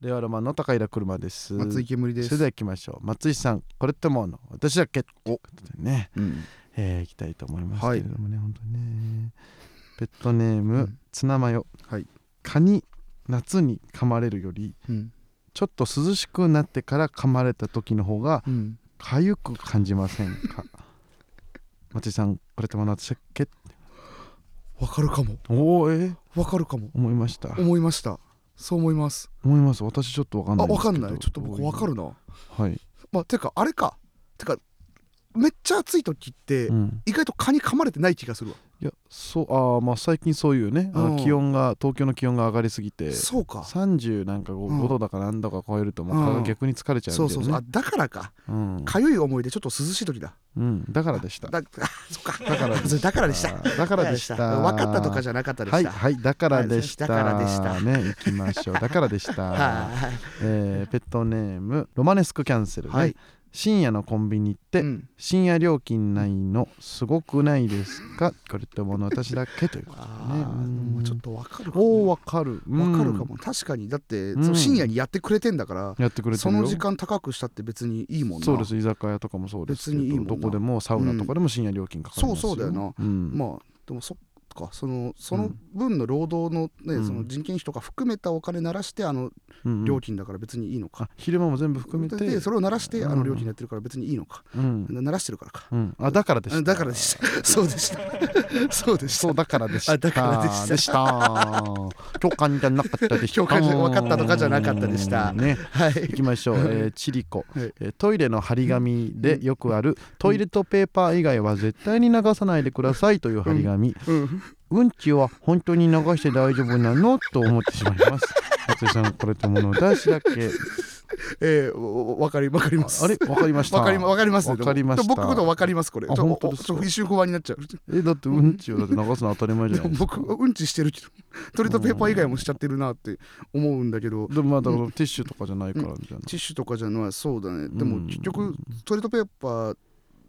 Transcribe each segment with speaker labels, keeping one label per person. Speaker 1: 令和ロマンの高平車です
Speaker 2: 松井煙です
Speaker 1: それでは行きましょう松井さんこれってもうの私だっけおいうことでね、
Speaker 2: うん
Speaker 1: えー、行きたいと思いますけれどもね、本当にねペットネーム、
Speaker 2: うん
Speaker 1: ツナマヨ、
Speaker 2: はい
Speaker 1: 蚊に夏に噛まれるより
Speaker 2: うん
Speaker 1: ちょっと涼しくなってから噛まれた時の方が
Speaker 2: うん
Speaker 1: 痒く感じません か松井さんこれってもうの私だっけ
Speaker 2: わかるかも
Speaker 1: おおえー
Speaker 2: わかるかも
Speaker 1: 思いました
Speaker 2: 思いましたそう思います
Speaker 1: 思います私ちょっとわかんない
Speaker 2: あ
Speaker 1: んで
Speaker 2: わ
Speaker 1: す
Speaker 2: か
Speaker 1: けど
Speaker 2: んないちょっと僕わかるな
Speaker 1: はい、
Speaker 2: まあてかあれかてかめっちゃ暑い時って
Speaker 1: うん、
Speaker 2: 意外と蚊に噛まれてない気がするわ
Speaker 1: いやそうあーまあ最近そういうねあ
Speaker 2: うん
Speaker 1: の気温が東京の気温が上がりすぎて
Speaker 2: そうか
Speaker 1: 30なんか 5,
Speaker 2: うん
Speaker 1: 度だかなんだか超えるともう
Speaker 2: うん
Speaker 1: 体が逆に疲れちゃう
Speaker 2: そ
Speaker 1: ん
Speaker 2: う
Speaker 1: だ
Speaker 2: そ
Speaker 1: よ
Speaker 2: うそうあ
Speaker 1: ね
Speaker 2: だからか
Speaker 1: うん
Speaker 2: かゆい思いでちょっと涼しい時だ
Speaker 1: うんだからでした
Speaker 2: だ あそっか
Speaker 1: だからで
Speaker 2: それだからでした
Speaker 1: だからでした
Speaker 2: 分かったとかじゃなかったでし
Speaker 1: は
Speaker 2: た
Speaker 1: いはいだからでした
Speaker 2: はいだからでした
Speaker 1: ね行きま しょうだからでした、
Speaker 2: はい
Speaker 1: えーペットネームロマネスクキャンセルね、
Speaker 2: はい
Speaker 1: 深夜のコンビニ行って、
Speaker 2: うん
Speaker 1: 深夜料金ないのすごくないですかこれってもうの私だけということで
Speaker 2: あ
Speaker 1: ね
Speaker 2: ー
Speaker 1: うん
Speaker 2: もうちょっとわかるか
Speaker 1: お
Speaker 2: も
Speaker 1: お
Speaker 2: わ
Speaker 1: わかるうん
Speaker 2: かるかも確かにだって
Speaker 1: うん
Speaker 2: その深夜にやってくれてんだから
Speaker 1: やってくれて
Speaker 2: そ
Speaker 1: るよ
Speaker 2: の時間高くしたって別にいいもんな
Speaker 1: そうです居酒屋とかもそうですけど
Speaker 2: 別にいいもんな
Speaker 1: どこでもサウナとかでも深夜料金かかりますよ、
Speaker 2: そうそうだよな
Speaker 1: うん
Speaker 2: まあでもそっかそのそうの
Speaker 1: ん
Speaker 2: 分の労働のね、
Speaker 1: うん
Speaker 2: その人件費とか含めたお金鳴らしてあの
Speaker 1: うんうん
Speaker 2: 料金だから別にいいのか、
Speaker 1: あ昼間も全部含めて
Speaker 2: でそれを鳴らしてあ
Speaker 1: う
Speaker 2: の
Speaker 1: ん
Speaker 2: 料金やってるから別にいいのか、
Speaker 1: うん、
Speaker 2: 鳴らしてるからか、
Speaker 1: うん、あだからでした
Speaker 2: だからでした そうでしたそうでした
Speaker 1: そうだからでした
Speaker 2: あだからでした
Speaker 1: で した共感じゃなかったでした
Speaker 2: 共感じゃ分かったとかじゃなかったでした
Speaker 1: ね
Speaker 2: はい
Speaker 1: 行きましょ う、えー、チリコ、
Speaker 2: はい
Speaker 1: えートイレの張り紙でよくあるトイレットペーパー以外は絶対に流さないでくださいという張り紙、
Speaker 2: うん
Speaker 1: うんちは本当に流して大丈夫なのと思ってしまい ます。松井さん、これってもの私だっけ
Speaker 2: えー、わわかりわかります
Speaker 1: あれわかりました。
Speaker 2: わかりまわかります
Speaker 1: わかりました
Speaker 2: でも僕のことわかりますこれ
Speaker 1: あ
Speaker 2: ちょ
Speaker 1: 本当ですか
Speaker 2: ちょ一瞬不安になっちゃう
Speaker 1: え、だってうんちをだって流すの当たり前じゃないですか。
Speaker 2: 僕うんちしてるけどトイレットペーパー以外もしちゃってるなって思うんだけど、
Speaker 1: でもまあだからティッシュとかじゃないからみたいな。
Speaker 2: ティッシュとかじゃないそうだねで
Speaker 1: う
Speaker 2: も
Speaker 1: ん
Speaker 2: 結局トイレットペーパー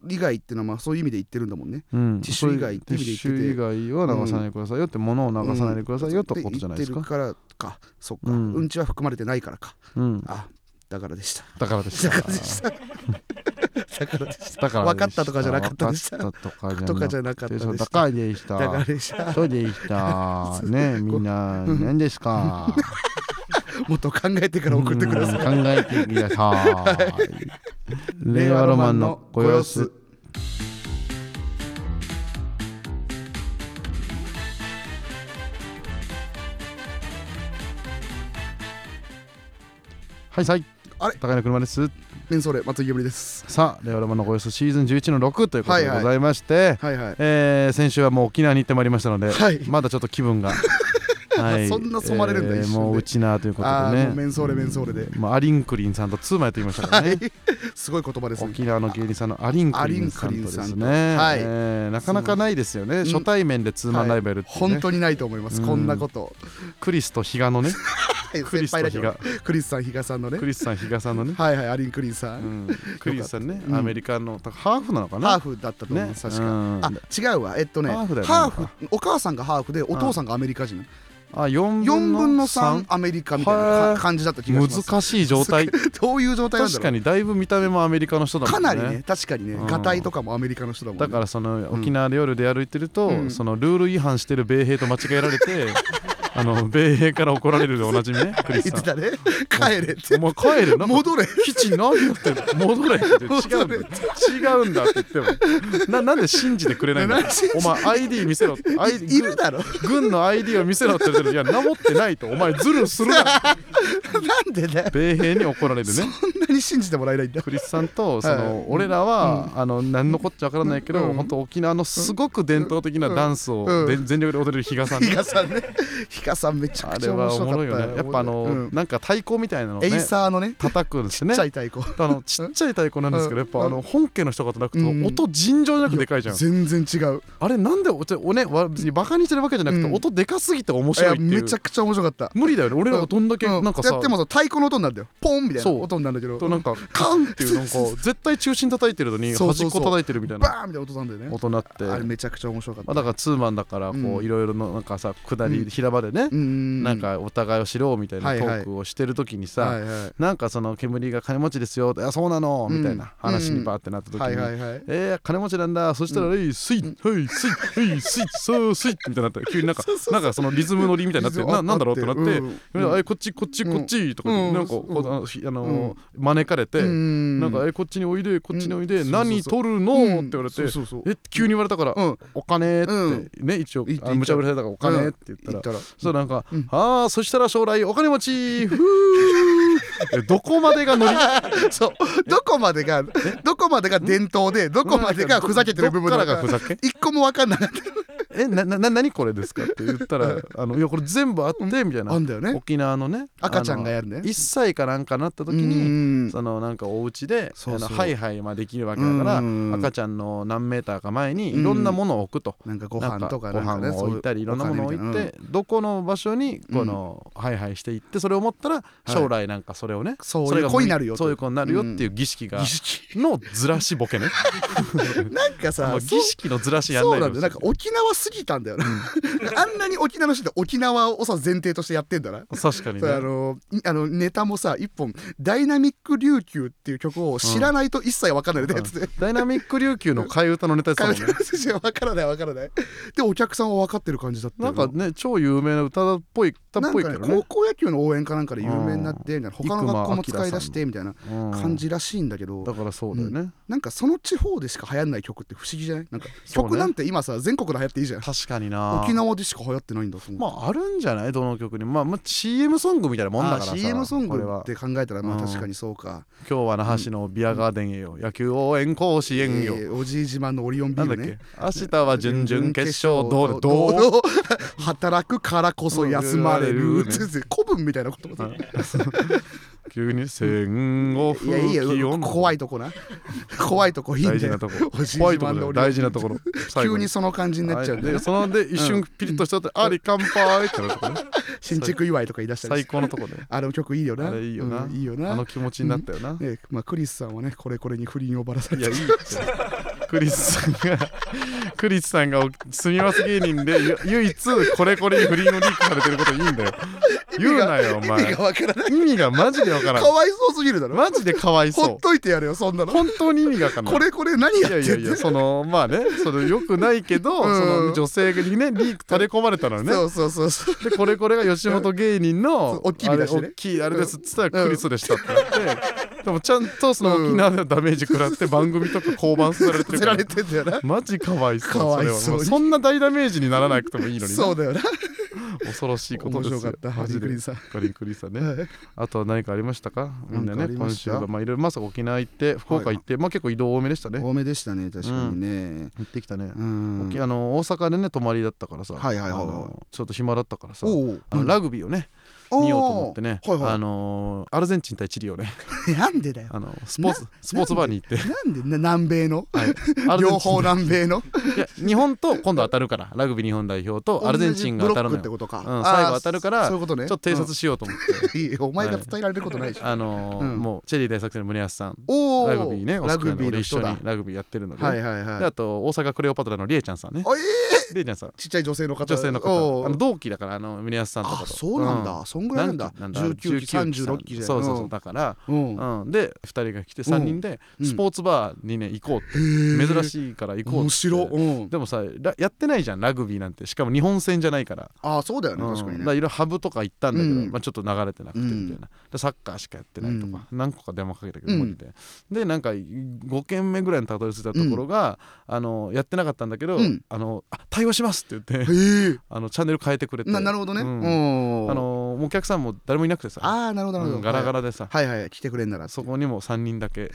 Speaker 2: 以外ってのはまあそういう意味で言ってるんだもんね
Speaker 1: うん、
Speaker 2: ティッシュ以外
Speaker 1: ティッシュ以外は流さないでくださいよって、ものを流さないでくださいよってことじゃないです
Speaker 2: っ
Speaker 1: か
Speaker 2: て。言ってるからかそっ
Speaker 1: う
Speaker 2: か、うんん、ちは含まれてないからか
Speaker 1: うん、
Speaker 2: あだからでした
Speaker 1: だからでした。
Speaker 2: だからでしただからでした
Speaker 1: だからでした
Speaker 2: 分かったとかじゃなかったでした
Speaker 1: 分かった
Speaker 2: と
Speaker 1: と
Speaker 2: か
Speaker 1: か
Speaker 2: じ
Speaker 1: じ
Speaker 2: ゃ
Speaker 1: ゃ
Speaker 2: な
Speaker 1: なく
Speaker 2: かった
Speaker 1: て、
Speaker 2: で
Speaker 1: そう
Speaker 2: し
Speaker 1: だ
Speaker 2: た
Speaker 1: からでした。
Speaker 2: だからでした
Speaker 1: そうで した。ね、みんな、何ですか。
Speaker 2: もっと考えて から送ってください、
Speaker 1: うん考えてください令和ロマンのご様子はいさい
Speaker 2: あれ
Speaker 1: 高井の車です
Speaker 2: メンソーレ松井ゆぶりです
Speaker 1: さあ令和ロマンのご様子シーズン11の6ということで
Speaker 2: はいはい
Speaker 1: ございまして、
Speaker 2: はいはい
Speaker 1: えー先週はもう沖縄に行ってまいりましたので、
Speaker 2: はい
Speaker 1: まだちょっと気分 がはい
Speaker 2: そんな染まれるんだ一瞬で
Speaker 1: もううちなということ
Speaker 2: あ
Speaker 1: で
Speaker 2: ー
Speaker 1: ね
Speaker 2: もうメンソーレメンソーレで、
Speaker 1: まあ、アリンクリンさんとツーマンやってきましたからね、
Speaker 2: はいすごい言葉ですね
Speaker 1: 沖縄の芸人さんのアリンクリンさんとですね、
Speaker 2: アリンクリンさんとはい
Speaker 1: えーなかなかないですよね、
Speaker 2: ん
Speaker 1: 初対面でツーマンライブやるって、ね
Speaker 2: 本当にないと思います、
Speaker 1: うん
Speaker 2: こんなこと
Speaker 1: クリスと比嘉のね、
Speaker 2: はい
Speaker 1: クリス
Speaker 2: 先輩
Speaker 1: と
Speaker 2: だ
Speaker 1: 比
Speaker 2: けど
Speaker 1: 嘉、
Speaker 2: クリスさん比嘉さんのね
Speaker 1: クリスさん、比嘉さんのね、
Speaker 2: はいはいアリン・クリンさ、
Speaker 1: うんん、クリスさんね、
Speaker 2: うん
Speaker 1: アメリカのハーフなのかな、
Speaker 2: ハーフだったと思う、
Speaker 1: ね
Speaker 2: 確か、
Speaker 1: うん
Speaker 2: あ違うわえっとね
Speaker 1: ハーフだよね
Speaker 2: フお母さんがハーフでお父さんがアメリカ人、
Speaker 1: あ4
Speaker 2: 4分の
Speaker 1: 3
Speaker 2: 3アメリカみたいな
Speaker 1: へ
Speaker 2: か
Speaker 1: ー
Speaker 2: 感じだった気がします
Speaker 1: 難しい状態
Speaker 2: どういう状態なん だ
Speaker 1: 確
Speaker 2: ろ
Speaker 1: か
Speaker 2: う
Speaker 1: にだいぶ見た目もアメリカの人だも
Speaker 2: か
Speaker 1: ん
Speaker 2: な
Speaker 1: ね
Speaker 2: りね確かにね
Speaker 1: うん
Speaker 2: ガタイとかもアメリカの人だもんね
Speaker 1: だからその沖縄で夜で歩いてると、
Speaker 2: うん
Speaker 1: そのルール違反してる米兵と間違えられ てあの米兵から怒られるでおなじみねクリス
Speaker 2: 言っ
Speaker 1: さ
Speaker 2: て
Speaker 1: ん
Speaker 2: たね帰れって
Speaker 1: お前帰れなんか
Speaker 2: 戻れ
Speaker 1: 基地何やってる戻れって言って違うんだよ違うんだって言ってもななんで信じてくれないんだ
Speaker 2: なんで信じ
Speaker 1: お前 ID 見せろ ID
Speaker 2: いいるだろ
Speaker 1: 軍軍の ID を見せろって言ってるいや名持ってないとお前ズルする な
Speaker 2: なんでね
Speaker 1: 米兵に怒られるね
Speaker 2: そんなに信じてもらえないんだ
Speaker 1: クリスさんとその、俺らは、あの何のこっちゃわからないけど、本当沖縄のすごく伝統的なダンスを、
Speaker 2: うん
Speaker 1: で全力で踊れる比嘉さん
Speaker 2: 比
Speaker 1: ね
Speaker 2: 嘉さんね比嘉さんめちゃ
Speaker 1: あ
Speaker 2: く
Speaker 1: れ
Speaker 2: ちゃ面
Speaker 1: はお
Speaker 2: 白
Speaker 1: も
Speaker 2: か
Speaker 1: ろ
Speaker 2: っ
Speaker 1: い
Speaker 2: た
Speaker 1: よねやっぱあの、
Speaker 2: うん
Speaker 1: なんか太鼓みたいなのをね
Speaker 2: エイサーのね
Speaker 1: 叩くんですよ
Speaker 2: ち
Speaker 1: ね
Speaker 2: っちゃい太鼓
Speaker 1: あのちっちゃい太鼓なんですけどやっぱあの本家の人が叩く
Speaker 2: うん
Speaker 1: と音尋常じゃなくでかいじゃん
Speaker 2: 全然違う
Speaker 1: あれなんでおちょおねわ別にバカにしてるわけじゃなくて
Speaker 2: うん
Speaker 1: 音でかすぎて面白いって
Speaker 2: い
Speaker 1: い
Speaker 2: や
Speaker 1: う
Speaker 2: めちゃくちゃ面白かった
Speaker 1: 無理だよね俺らがどんだけ
Speaker 2: う
Speaker 1: なんか
Speaker 2: や
Speaker 1: さ
Speaker 2: ってもさ太鼓の音になるんだよポンみたいな
Speaker 1: そう
Speaker 2: 音になるんだけどど
Speaker 1: となんかカンっていうなんか絶対中心叩いてるのに
Speaker 2: そう
Speaker 1: 端
Speaker 2: そう
Speaker 1: っ
Speaker 2: そう
Speaker 1: こ叩いてるみたいな
Speaker 2: バーンみたいな音なんだよね
Speaker 1: 音になって
Speaker 2: あれめちゃくちゃ面白かっ
Speaker 1: ま
Speaker 2: た
Speaker 1: あだからツーマンだからこ
Speaker 2: う
Speaker 1: うんいろいろのなんかさ下
Speaker 2: う
Speaker 1: り
Speaker 2: ん
Speaker 1: 平場でね
Speaker 2: うん
Speaker 1: なんかお互いを知ろうみたいな
Speaker 2: はい
Speaker 1: ト
Speaker 2: はい
Speaker 1: ークをしてる時に
Speaker 2: は
Speaker 1: さ
Speaker 2: いは
Speaker 1: なんかその煙が金持ちですよあそうなの
Speaker 2: うん
Speaker 1: みたいな話
Speaker 2: う
Speaker 1: に
Speaker 2: ん
Speaker 1: バーってなった時
Speaker 2: いはいは
Speaker 1: に
Speaker 2: いはい
Speaker 1: えー、金持ちなんだそしたら、えいスイッはいスイッはいスイッそうスイッみたいになって急になんか
Speaker 2: そうそうそう
Speaker 1: なんかそのリズム乗りみたいになって
Speaker 2: リズム
Speaker 1: ななんだろうってなって、
Speaker 2: うんうん
Speaker 1: えこっちこっちこっちとか言って、
Speaker 2: うん
Speaker 1: なんかこう
Speaker 2: うん
Speaker 1: あのひあのー招かれて、
Speaker 2: うん
Speaker 1: なんかえこっちにおいでこっちにおいで、
Speaker 2: うん
Speaker 1: 何取るの、
Speaker 2: うん
Speaker 1: って言われて、
Speaker 2: そうそうそう
Speaker 1: え急に言われたから、
Speaker 2: うん
Speaker 1: お金って、
Speaker 2: うん
Speaker 1: ね一応
Speaker 2: 言って
Speaker 1: あの無茶ぶりされたからお金って言ったら、
Speaker 2: 言ったら
Speaker 1: そうなんか、
Speaker 2: うん
Speaker 1: ああそしたら将来お金持ちふう えどこまでが乗り
Speaker 2: そうどこまでがどこまでが伝統でどこまでがふざけてる部分
Speaker 1: ど
Speaker 2: な
Speaker 1: っ
Speaker 2: の
Speaker 1: からが
Speaker 2: か
Speaker 1: ふざけ
Speaker 2: 一個も分かんなかった
Speaker 1: えななな何これですかって言ったらあのいやこれ全部あってみたいな、
Speaker 2: あんだよね
Speaker 1: 沖縄のね
Speaker 2: 赤ちゃんが
Speaker 1: あ
Speaker 2: やるね
Speaker 1: の1歳かなんかなった時
Speaker 2: う
Speaker 1: に、
Speaker 2: ん
Speaker 1: そのなんかお家で
Speaker 2: そうそう
Speaker 1: あのハイハイまあできるわけだから、
Speaker 2: うん
Speaker 1: 赤ちゃんの何メーターか前
Speaker 2: う
Speaker 1: に
Speaker 2: ん
Speaker 1: いろんなものを置くと。
Speaker 2: なんかご飯とか
Speaker 1: な
Speaker 2: なんん
Speaker 1: か
Speaker 2: かね
Speaker 1: ご飯を置いたりいろんなものを置いて、どこの場所にこの、ハイハイしていってそれを持ったら将来なんかそれをね、
Speaker 2: そう
Speaker 1: そ
Speaker 2: い
Speaker 1: れ
Speaker 2: う
Speaker 1: が
Speaker 2: 子になるよと
Speaker 1: そういう子になるよっていう儀式が、
Speaker 2: 儀式
Speaker 1: のずらしボ ケね
Speaker 2: なんか
Speaker 1: ま
Speaker 2: さ
Speaker 1: あ儀式のずらしやん
Speaker 2: そ
Speaker 1: な
Speaker 2: う
Speaker 1: い
Speaker 2: な
Speaker 1: で
Speaker 2: ん
Speaker 1: ほしい
Speaker 2: だよなんか沖縄すぎたんだよな あんなに沖縄の人って沖縄をさ前提としてやってんだな
Speaker 1: 確かに
Speaker 2: そうあ
Speaker 1: ね
Speaker 2: のいあのネタもさ一本「ダイナミック琉球」っていう曲を知らないと一切分からないやつで、
Speaker 1: ダイナミック琉球の替え歌のネタやってたもんね
Speaker 2: じゃ分からない分からないでお客さんは分かってる感じだった
Speaker 1: な
Speaker 2: よ
Speaker 1: んかね超有名な歌っぽい歌
Speaker 2: な
Speaker 1: っ
Speaker 2: ん
Speaker 1: ぽい
Speaker 2: か
Speaker 1: け
Speaker 2: ね
Speaker 1: どね
Speaker 2: 高校野球の応援かなんかで有名になってみたいな他の学校も
Speaker 1: 生駒
Speaker 2: 使い出してみたいな
Speaker 1: うん
Speaker 2: 感じらしいんだけど
Speaker 1: だからそうだよね、
Speaker 2: なんかその地方でしか流行んない曲って不思議じゃないなんか
Speaker 1: そうね
Speaker 2: 曲なんて今さ全国で流行っていいじゃん
Speaker 1: 確かにな
Speaker 2: 沖縄でしか流行ってないんだと思う
Speaker 1: まああるんじゃないどの曲にもまあ、まあ、CM ソングみたいなもんだからさ
Speaker 2: あー CM ソン
Speaker 1: こ
Speaker 2: グ
Speaker 1: れは
Speaker 2: って考えたらま
Speaker 1: う
Speaker 2: あ
Speaker 1: ん
Speaker 2: 確かにそうか、
Speaker 1: 今日は那覇市のビアガーデンへよ、野球応援甲子園よ、
Speaker 2: えーおじい自慢のオリオンビ
Speaker 1: なん
Speaker 2: ー
Speaker 1: だっ
Speaker 2: ル
Speaker 1: け、
Speaker 2: ね
Speaker 1: 明日は準々決勝どうだどうだ
Speaker 2: どう 働くからこそ休まれ
Speaker 1: う
Speaker 2: る
Speaker 1: んね
Speaker 2: 全然古文みたいなことだ
Speaker 1: 急に戦後
Speaker 2: いや
Speaker 1: 風
Speaker 2: いい
Speaker 1: 紀
Speaker 2: よ
Speaker 1: 音
Speaker 2: 怖いとこな 怖いとこいいん
Speaker 1: 大事
Speaker 2: だ
Speaker 1: な
Speaker 2: よ
Speaker 1: とこ
Speaker 2: おじい
Speaker 1: 怖いと
Speaker 2: 自
Speaker 1: こ
Speaker 2: 慢
Speaker 1: だ
Speaker 2: の
Speaker 1: よ
Speaker 2: オリオン
Speaker 1: 大
Speaker 2: ビ
Speaker 1: 事
Speaker 2: ー
Speaker 1: な
Speaker 2: ル
Speaker 1: ところ最後
Speaker 2: 急にその感じになっちゃうんだ
Speaker 1: はい
Speaker 2: よ
Speaker 1: でそので一瞬ピリッとしちゃって「あり乾杯!」ってなるとこね
Speaker 2: 新築祝いとか言い出した
Speaker 1: 最
Speaker 2: りして
Speaker 1: 高のとこで
Speaker 2: あの曲いいよな
Speaker 1: あれいいよな
Speaker 2: うんいいよ
Speaker 1: あ
Speaker 2: な
Speaker 1: の気持ちになったよな
Speaker 2: ねまあクリスさんはねこれこれに不倫をばらされ
Speaker 1: い
Speaker 2: て
Speaker 1: やいい ってクリスさんがクリスさんがすみます芸人でゆ唯一これこれに不倫をリークされてることいいんだよ言うなよお
Speaker 2: 意味
Speaker 1: 前
Speaker 2: がわからない
Speaker 1: 意味がマジでわからん
Speaker 2: かわいそうすぎるだろ
Speaker 1: マジでかわい
Speaker 2: ほ
Speaker 1: そ
Speaker 2: っといてやれよそんな
Speaker 1: う
Speaker 2: の
Speaker 1: 本当に意味がわかんない
Speaker 2: これこれ何
Speaker 1: い
Speaker 2: やっ
Speaker 1: や
Speaker 2: てん
Speaker 1: い
Speaker 2: だ
Speaker 1: や
Speaker 2: よ
Speaker 1: いやそのまあねそのよくないけど、
Speaker 2: うん
Speaker 1: その女性にねリーク垂れ込まれたのね
Speaker 2: そうそうそうそう
Speaker 1: でこれこれが吉本芸人の
Speaker 2: そう大きい見出しね
Speaker 1: あれ大きいあれですっつったらクリスでしたってなってでもちゃんとその沖縄ではダメージ食らって番組とか降板されてる
Speaker 2: せ
Speaker 1: からら
Speaker 2: れてんだよな
Speaker 1: マジかわいそう
Speaker 2: かわい
Speaker 1: そ
Speaker 2: そう
Speaker 1: れ
Speaker 2: に
Speaker 1: はそんな大ダメージにならなくてもいいのにね
Speaker 2: そうだよな
Speaker 1: 恐ろしいことで
Speaker 2: 面
Speaker 1: すよ
Speaker 2: 白かったハ
Speaker 1: マ
Speaker 2: リ
Speaker 1: ジ
Speaker 2: ー・
Speaker 1: で
Speaker 2: クリンさん
Speaker 1: カリンクリさんね
Speaker 2: はい
Speaker 1: あとは何かありましたかみんな
Speaker 2: なんかあ
Speaker 1: ね
Speaker 2: りま
Speaker 1: 今
Speaker 2: し
Speaker 1: 週
Speaker 2: た
Speaker 1: はまあいろいろまさか沖縄行って福岡行ってまあ結構移動多めでしたね
Speaker 2: 多めでしたね確かにね
Speaker 1: 行ってきたね
Speaker 2: うん
Speaker 1: 沖あの大阪でね泊まりだったからさ
Speaker 2: はいはいはいはい
Speaker 1: あのちょっと暇だったからさ
Speaker 2: おう
Speaker 1: あのラグビーをね
Speaker 2: おう
Speaker 1: 見ようと思ってね
Speaker 2: はいはい
Speaker 1: あのーアルゼンチン対チリをね
Speaker 2: なんでだよ
Speaker 1: あのスポーツスポーツバーに行って
Speaker 2: なんでな南米の
Speaker 1: アルゼンチン
Speaker 2: 両方南 米の
Speaker 1: いや日本と今度当たるからラグビー日本代表とアルゼンチンが当たるの
Speaker 2: 同じ
Speaker 1: よ
Speaker 2: ブロック
Speaker 1: う
Speaker 2: ってことか
Speaker 1: ん、
Speaker 2: あー
Speaker 1: 最後当たるから
Speaker 2: そういうことね
Speaker 1: ちょっと偵察しようと思って、
Speaker 2: うんいいお前が伝えられることないし
Speaker 1: あのー
Speaker 2: うん
Speaker 1: もうチェリー大作戦の胸安さん
Speaker 2: おお
Speaker 1: ラグビーねお好き
Speaker 2: ラ
Speaker 1: な
Speaker 2: グ
Speaker 1: ので
Speaker 2: ビーの
Speaker 1: 俺一緒
Speaker 2: 人だ
Speaker 1: にラグビーやってるので,、
Speaker 2: はいはいはい
Speaker 1: であと大阪クレオパトラのリエちゃんさんね
Speaker 2: あええ
Speaker 1: リエちゃんさん
Speaker 2: ちっちゃい女性の方
Speaker 1: 女性の
Speaker 2: お
Speaker 1: 方
Speaker 2: う
Speaker 1: あの同期だからあの胸安さんとかと
Speaker 2: あそうなんだ、そんぐらいなんだ
Speaker 1: 何期なんだ
Speaker 2: 19期36期じゃん
Speaker 1: そうそうそうだから、
Speaker 2: うんうん
Speaker 1: うん、で2人が来て3人で
Speaker 2: うん
Speaker 1: スポーツバーにね行こうって、
Speaker 2: へー
Speaker 1: 珍しいから行こうって
Speaker 2: 面白うん
Speaker 1: でもさらやってないじゃんラグビーなんてしかも日本戦じゃないから
Speaker 2: ああそうだよね
Speaker 1: うん
Speaker 2: 確かに
Speaker 1: だ
Speaker 2: ね
Speaker 1: らいろいろハブとか行ったんだけど、
Speaker 2: うん
Speaker 1: まあ、ちょっと流れてなくてみたいな、でサッカーしかやってないとか、何個か電話かけたけど
Speaker 2: うん
Speaker 1: 無理で、でなんか5軒目ぐらいにたどり着いたところが、あのやってなかったんだけど、
Speaker 2: うん
Speaker 1: あのあ対応しますって言って
Speaker 2: へえ
Speaker 1: あのチャンネル変えてくれて
Speaker 2: ななるほどね、
Speaker 1: うん
Speaker 2: うん
Speaker 1: あのお客さんも誰もいなくてさ
Speaker 2: あーなるほどなるほど、
Speaker 1: うんガラガラでさ、
Speaker 2: はいはいはい来てくれんなら
Speaker 1: そこにも3人だ け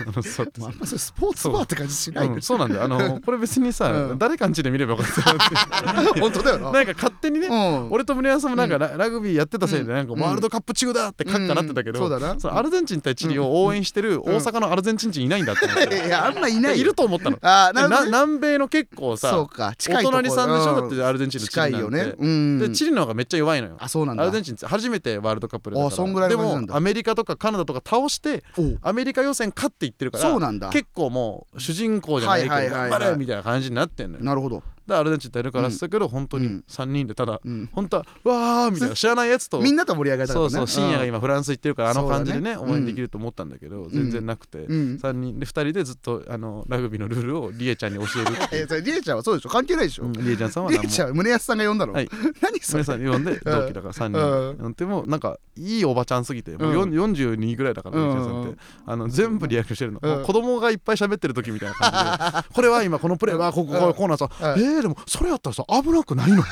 Speaker 1: あの座って
Speaker 2: ま
Speaker 1: さ
Speaker 2: ああんまそれスポーツバーって感じしない、
Speaker 1: うん、そうなんだよあのこれ別にさ、
Speaker 2: うん
Speaker 1: 誰かんちで見ればよか ったなって
Speaker 2: 本当だよな
Speaker 1: なんか勝手 にね、
Speaker 2: うん
Speaker 1: 俺と宗山さんもなんかラ,、グビーやってたせいでなんか
Speaker 2: うん
Speaker 1: ワールドカップ中だって書くかなってたけど、
Speaker 2: うんそうだな
Speaker 1: のアルゼンチン対チリを応援してる大阪のアルゼンチン人いないんだって思って、
Speaker 2: いやあんまいないよ
Speaker 1: いると思ったの
Speaker 2: あーなるほどね
Speaker 1: な南米の結構
Speaker 2: そ
Speaker 1: さ
Speaker 2: うか
Speaker 1: お
Speaker 2: 近いとこ
Speaker 1: 隣さんでしょだっ
Speaker 2: うん
Speaker 1: てアルゼンチンのチリ
Speaker 2: 近
Speaker 1: ないんて
Speaker 2: よねうん
Speaker 1: でチリの方がめっちゃ弱いのよ
Speaker 2: あそうなんだ
Speaker 1: アルゼゼンチン初めてワールドカップでだから
Speaker 2: あそんぐらい
Speaker 1: で
Speaker 2: の感じな
Speaker 1: も
Speaker 2: んだ
Speaker 1: アメリカとかカナダとか倒して
Speaker 2: お
Speaker 1: アメリカ予選勝っていってるから
Speaker 2: そうなんだ
Speaker 1: 結構もう主人公じゃないけど
Speaker 2: はいはいはい
Speaker 1: 頑
Speaker 2: はい
Speaker 1: 張れみたいな感じになってんのよだか
Speaker 2: なるほど、
Speaker 1: らアルゼンチンとやるから
Speaker 2: うん
Speaker 1: したけど本当
Speaker 2: う
Speaker 1: に
Speaker 2: ん
Speaker 1: 3人でただ
Speaker 2: うん、
Speaker 1: 本当は「わあ」みた いな知らないやつと
Speaker 2: みんなと盛り上がりたか
Speaker 1: そ
Speaker 2: っ
Speaker 1: う
Speaker 2: たね
Speaker 1: そう深夜が
Speaker 2: 今、
Speaker 1: 今フランス行ってるからあの感じでね
Speaker 2: そうだね
Speaker 1: 応援できると思ったんだけど全然なくて
Speaker 2: うんうん
Speaker 1: 3人で2人でずっとあのラグビーのルールをリエちゃんに教えるってい
Speaker 2: え
Speaker 1: う
Speaker 2: それリエちゃんはそうでしょ関係ないでしょ、
Speaker 1: うんリエちゃんさんは
Speaker 2: リ
Speaker 1: 何
Speaker 2: エ
Speaker 1: も
Speaker 2: ちゃん宗安さんが呼んだの、
Speaker 1: はい
Speaker 2: 何
Speaker 1: 皆
Speaker 2: そ れ
Speaker 1: さん呼んで同期だから3人でもなんかいいおばちゃんすぎてもう
Speaker 2: うん
Speaker 1: 42ぐらいだから
Speaker 2: うん
Speaker 1: みちゃんさんってあの全部リアクションしてるの
Speaker 2: うん
Speaker 1: もう子供がいっぱい喋ってる時みたいな感 じでこれは今このプレーはこここうこうなんさ
Speaker 2: う
Speaker 1: えーでもそれやったらさ危なくないのい や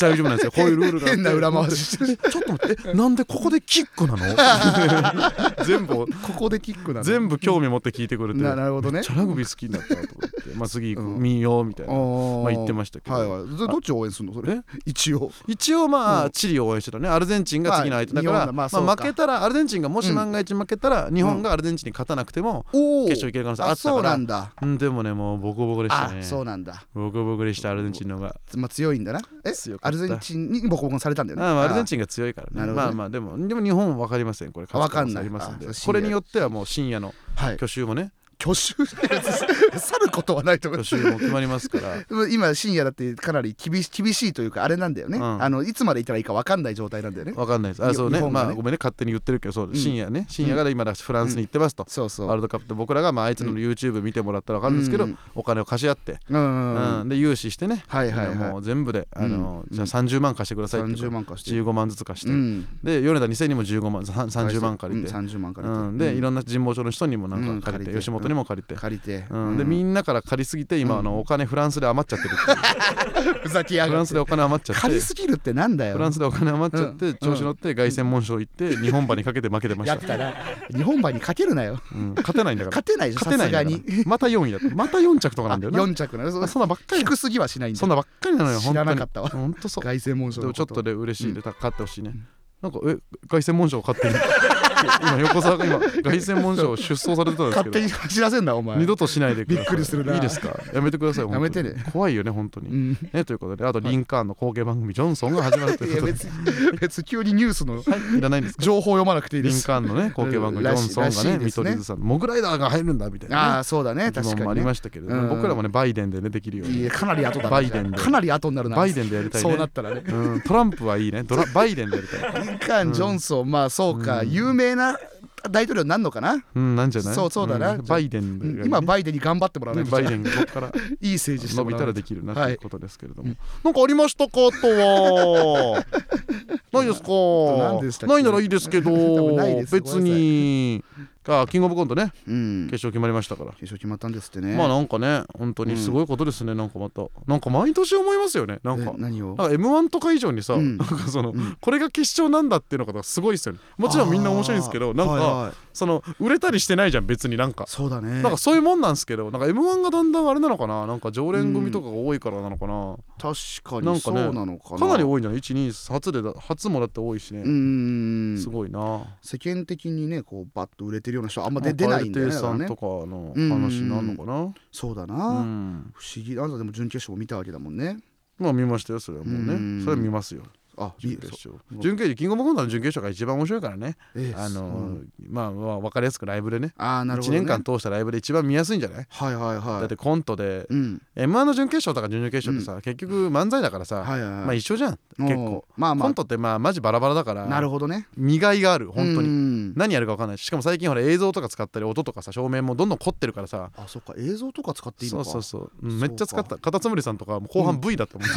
Speaker 1: 大丈夫なんですよこういうルールがあって
Speaker 2: 変な裏回ししてる
Speaker 1: ちょっと待ってえなんでここでキックな の全部
Speaker 2: ここでキックなの
Speaker 1: 全部興味持って聞いてくれて
Speaker 2: ななるほどね
Speaker 1: めっちゃラグビー好きになったなと思ってまあ次行く
Speaker 2: うん
Speaker 1: 見ようみたいなま
Speaker 2: ま
Speaker 1: あ言ってましたけ
Speaker 2: はい
Speaker 1: ど
Speaker 2: はいどどっちを応援するのそれ
Speaker 1: え
Speaker 2: 一応
Speaker 1: 一応ま
Speaker 2: う
Speaker 1: あ
Speaker 2: ん
Speaker 1: チリを応援してたねアルゼンチンが次の相手だか
Speaker 2: まあ
Speaker 1: ら
Speaker 2: 日本だま
Speaker 1: ま
Speaker 2: あそうか
Speaker 1: あ負けたらアルゼンチンがもし万が一負けたら日本がアルゼンチンに勝たなくても
Speaker 2: おお
Speaker 1: 決勝行ける可能性あ
Speaker 2: あ
Speaker 1: った
Speaker 2: そう
Speaker 1: か
Speaker 2: な
Speaker 1: ら
Speaker 2: んだ
Speaker 1: うんでもねもうボコボコでした
Speaker 2: あ
Speaker 1: ね
Speaker 2: そうなんだ
Speaker 1: ボコボコでしたアルゼンチンの方が
Speaker 2: まあ強いんだなえ
Speaker 1: 強か
Speaker 2: ア
Speaker 1: った
Speaker 2: ルゼンチンにボコボコにされたんだよね
Speaker 1: ああアルゼン
Speaker 2: ン
Speaker 1: チンが強いから
Speaker 2: な
Speaker 1: ね
Speaker 2: るほどね
Speaker 1: まあまあでもでも日本は分かりませんこれ勝つ可能性ありますん
Speaker 2: わかん
Speaker 1: で
Speaker 2: ないあ
Speaker 1: これによってはもう深夜の
Speaker 2: はい
Speaker 1: 去就もね
Speaker 2: 挙手 去ることはないと思い
Speaker 1: 去
Speaker 2: ます
Speaker 1: 就も決まりますから
Speaker 2: 今深夜だってかなり厳し厳しいというかあれなんだよね、
Speaker 1: うん
Speaker 2: あのいつまでいたらいいか分かんない状態なんだよね
Speaker 1: 分かんないですあ
Speaker 2: に
Speaker 1: そうね
Speaker 2: 日本がね
Speaker 1: まあごめんね勝手に言ってるけどそう
Speaker 2: うん
Speaker 1: 深夜ね深夜から今だフランスに行ってますと
Speaker 2: そうそう
Speaker 1: ワールドカップで僕らがまああいつの YouTube 見てもらったら分かるんですけど
Speaker 2: うん
Speaker 1: お金を貸し合って
Speaker 2: うんうんうん、
Speaker 1: うん、で融資してね、
Speaker 2: はいはいはい
Speaker 1: もう全部で、あの
Speaker 2: うん
Speaker 1: じゃあ30万貸してくださいって
Speaker 2: 30万貸して
Speaker 1: 15万ずつ貸して、
Speaker 2: うん
Speaker 1: で米田2000にも15万さん30万借りて、
Speaker 2: うん、30万借
Speaker 1: う
Speaker 2: りて、
Speaker 1: んでいろんな神保町の人にもなん
Speaker 2: うん
Speaker 1: か借りて,、
Speaker 2: 借りて
Speaker 1: 吉本にも借りて。
Speaker 2: 借りて、
Speaker 1: うんでみんなから借りすぎて今、あのお金フランスで余っちゃってる っていう
Speaker 2: ふざけや
Speaker 1: フ
Speaker 2: が
Speaker 1: ラン
Speaker 2: って
Speaker 1: スでお金余っちゃって
Speaker 2: 借りすぎるってなんだよ
Speaker 1: フランスでお金余っちゃって、調子乗って凱旋門賞行って日本馬にかけて負けてまし
Speaker 2: や
Speaker 1: た
Speaker 2: っ、たら日本馬にかけるなよ
Speaker 1: うん勝てないんだから
Speaker 2: 勝てないでしょ
Speaker 1: 勝てない
Speaker 2: さす
Speaker 1: んだ
Speaker 2: が
Speaker 1: から
Speaker 2: に
Speaker 1: また4位だってまた4着とかなんだよな
Speaker 2: 4着なの
Speaker 1: そんなばっかり
Speaker 2: 低すぎはしないんだ
Speaker 1: そんなばっかりなのよ
Speaker 2: 知らなかったわ
Speaker 1: 本当に本当そう
Speaker 2: 凱旋門賞
Speaker 1: で
Speaker 2: の
Speaker 1: もちょっ
Speaker 2: こと
Speaker 1: とで嬉しいで、た勝ってほしいね。なんかえ凱旋門賞勝 ってる今横澤が今凱旋門賞出走されてたんですけど
Speaker 2: 勝手に走らせんなお前
Speaker 1: 二度としないでください
Speaker 2: びっくりするない
Speaker 1: いですかやめてください本当に
Speaker 2: やめてね
Speaker 1: 怖いよね本当に、
Speaker 2: うん
Speaker 1: ねということであとリンカーンの後継番組「ジョンソン」が始まると
Speaker 2: い
Speaker 1: いうことで
Speaker 2: や別に別に急にニュースの
Speaker 1: はいいらないんですか
Speaker 2: 情報を読まなくていいで
Speaker 1: リン
Speaker 2: す
Speaker 1: カーンのね後継番組「ジョ
Speaker 2: ら
Speaker 1: ン
Speaker 2: しい
Speaker 1: ソン」
Speaker 2: ら
Speaker 1: が
Speaker 2: しい
Speaker 1: ね
Speaker 2: で
Speaker 1: 見
Speaker 2: す
Speaker 1: 取
Speaker 2: ね
Speaker 1: り図さんモグライダーが入るんだみたい
Speaker 2: あ
Speaker 1: な、
Speaker 2: あそうだね
Speaker 1: ね、
Speaker 2: 確
Speaker 1: 疑問も
Speaker 2: か
Speaker 1: あ
Speaker 2: に
Speaker 1: りま
Speaker 2: ね
Speaker 1: したけれど、
Speaker 2: うん
Speaker 1: 僕らもねバイデンでねできるよう
Speaker 2: い
Speaker 1: に
Speaker 2: やかなり後だ
Speaker 1: バイデンで
Speaker 2: なかなり後になるな
Speaker 1: バイデンでやりたいね
Speaker 2: そうなったらね
Speaker 1: うん、トランプはいいねドラバイデンでやりたい、
Speaker 2: リンカーン・ジョンソンまあそうか有名な大統領になるのかな
Speaker 1: うん、なんじゃない
Speaker 2: そうそうだなん
Speaker 1: バイデンがいいね
Speaker 2: 今バイデンに頑張ってもらわない
Speaker 1: ね
Speaker 2: と
Speaker 1: バイデンがここ から
Speaker 2: いい政治して
Speaker 1: 伸
Speaker 2: も
Speaker 1: び
Speaker 2: ら
Speaker 1: たら
Speaker 2: わないと
Speaker 1: できるなと
Speaker 2: はい
Speaker 1: いうことですけれども、なんかありましたかあと はないですか
Speaker 2: 何でしたっけ
Speaker 1: ないならいいですけ ど
Speaker 2: 分ないです
Speaker 1: 別にあキングオブコントね
Speaker 2: うん
Speaker 1: 決勝決まりましたから、
Speaker 2: 決勝決まったんですってね
Speaker 1: まあなんかね本当にすごいことですね、なんかまたなんか毎年思いますよねなんか
Speaker 2: え何を
Speaker 1: なんか m 1とか以上にさ、
Speaker 2: うん
Speaker 1: なんかその、これが決勝なんだっていうのがすごいですよねもちろんみんな面白いんですけ
Speaker 2: あ
Speaker 1: ど
Speaker 2: ー
Speaker 1: なんか、
Speaker 2: はいはい
Speaker 1: その売れたりしてないじゃん別になんか
Speaker 2: そうだね
Speaker 1: なんかそういうもんなんですけどなんか m 1がだんだんあれなのかななんか常連組とかが多いからなのかな、
Speaker 2: 確か
Speaker 1: なん
Speaker 2: に
Speaker 1: か
Speaker 2: そ
Speaker 1: ね
Speaker 2: うなのかな
Speaker 1: かなり多いんじゃない128初でだ初もだって多いしね、
Speaker 2: うーん
Speaker 1: すごいな
Speaker 2: 世間的にねこうバッと売れてるような人あんま
Speaker 1: まあ
Speaker 2: 出出ないんだよね
Speaker 1: 蛙亭
Speaker 2: だか
Speaker 1: さ
Speaker 2: ら
Speaker 1: ん
Speaker 2: ね
Speaker 1: とかの話になるのかな、
Speaker 2: そうだ
Speaker 1: う
Speaker 2: なん不思議あんたでも準決勝も見たわけだもんね
Speaker 1: まあ見ましたよそれはもうね、
Speaker 2: うん
Speaker 1: それは見ますよ
Speaker 2: あ
Speaker 1: 準
Speaker 2: み
Speaker 1: 決勝
Speaker 2: そう
Speaker 1: 準決勝キングオブコントの準決勝が一番面白いからね、
Speaker 2: ええ
Speaker 1: あの
Speaker 2: そう
Speaker 1: ーまあまあ分かりやすくライブでね
Speaker 2: ああなる
Speaker 1: 1
Speaker 2: ほどね
Speaker 1: 年間通したライブで一番見やすいんじゃない
Speaker 2: はいはいはい
Speaker 1: だってコントで
Speaker 2: うん、
Speaker 1: m 1の準決勝とか準々決勝ってさ、結局漫才だからさ、
Speaker 2: はいはいはい
Speaker 1: まあ一緒じゃん
Speaker 2: おー
Speaker 1: 結構、
Speaker 2: まあまあ
Speaker 1: コントってまあマジバラバラだから
Speaker 2: なるほどね
Speaker 1: 見がいがある本当に
Speaker 2: に
Speaker 1: 何やるか分かんないししかも最近ほら映像とか使ったり音とかさ照明もどんどん凝ってるからさ
Speaker 2: あそっか映像とか使っていい
Speaker 1: そ
Speaker 2: の
Speaker 1: う
Speaker 2: か
Speaker 1: そうそう、うん
Speaker 2: そう
Speaker 1: め
Speaker 2: か
Speaker 1: っちゃ使ったカタツムリさんとかもう後半 V だったもん、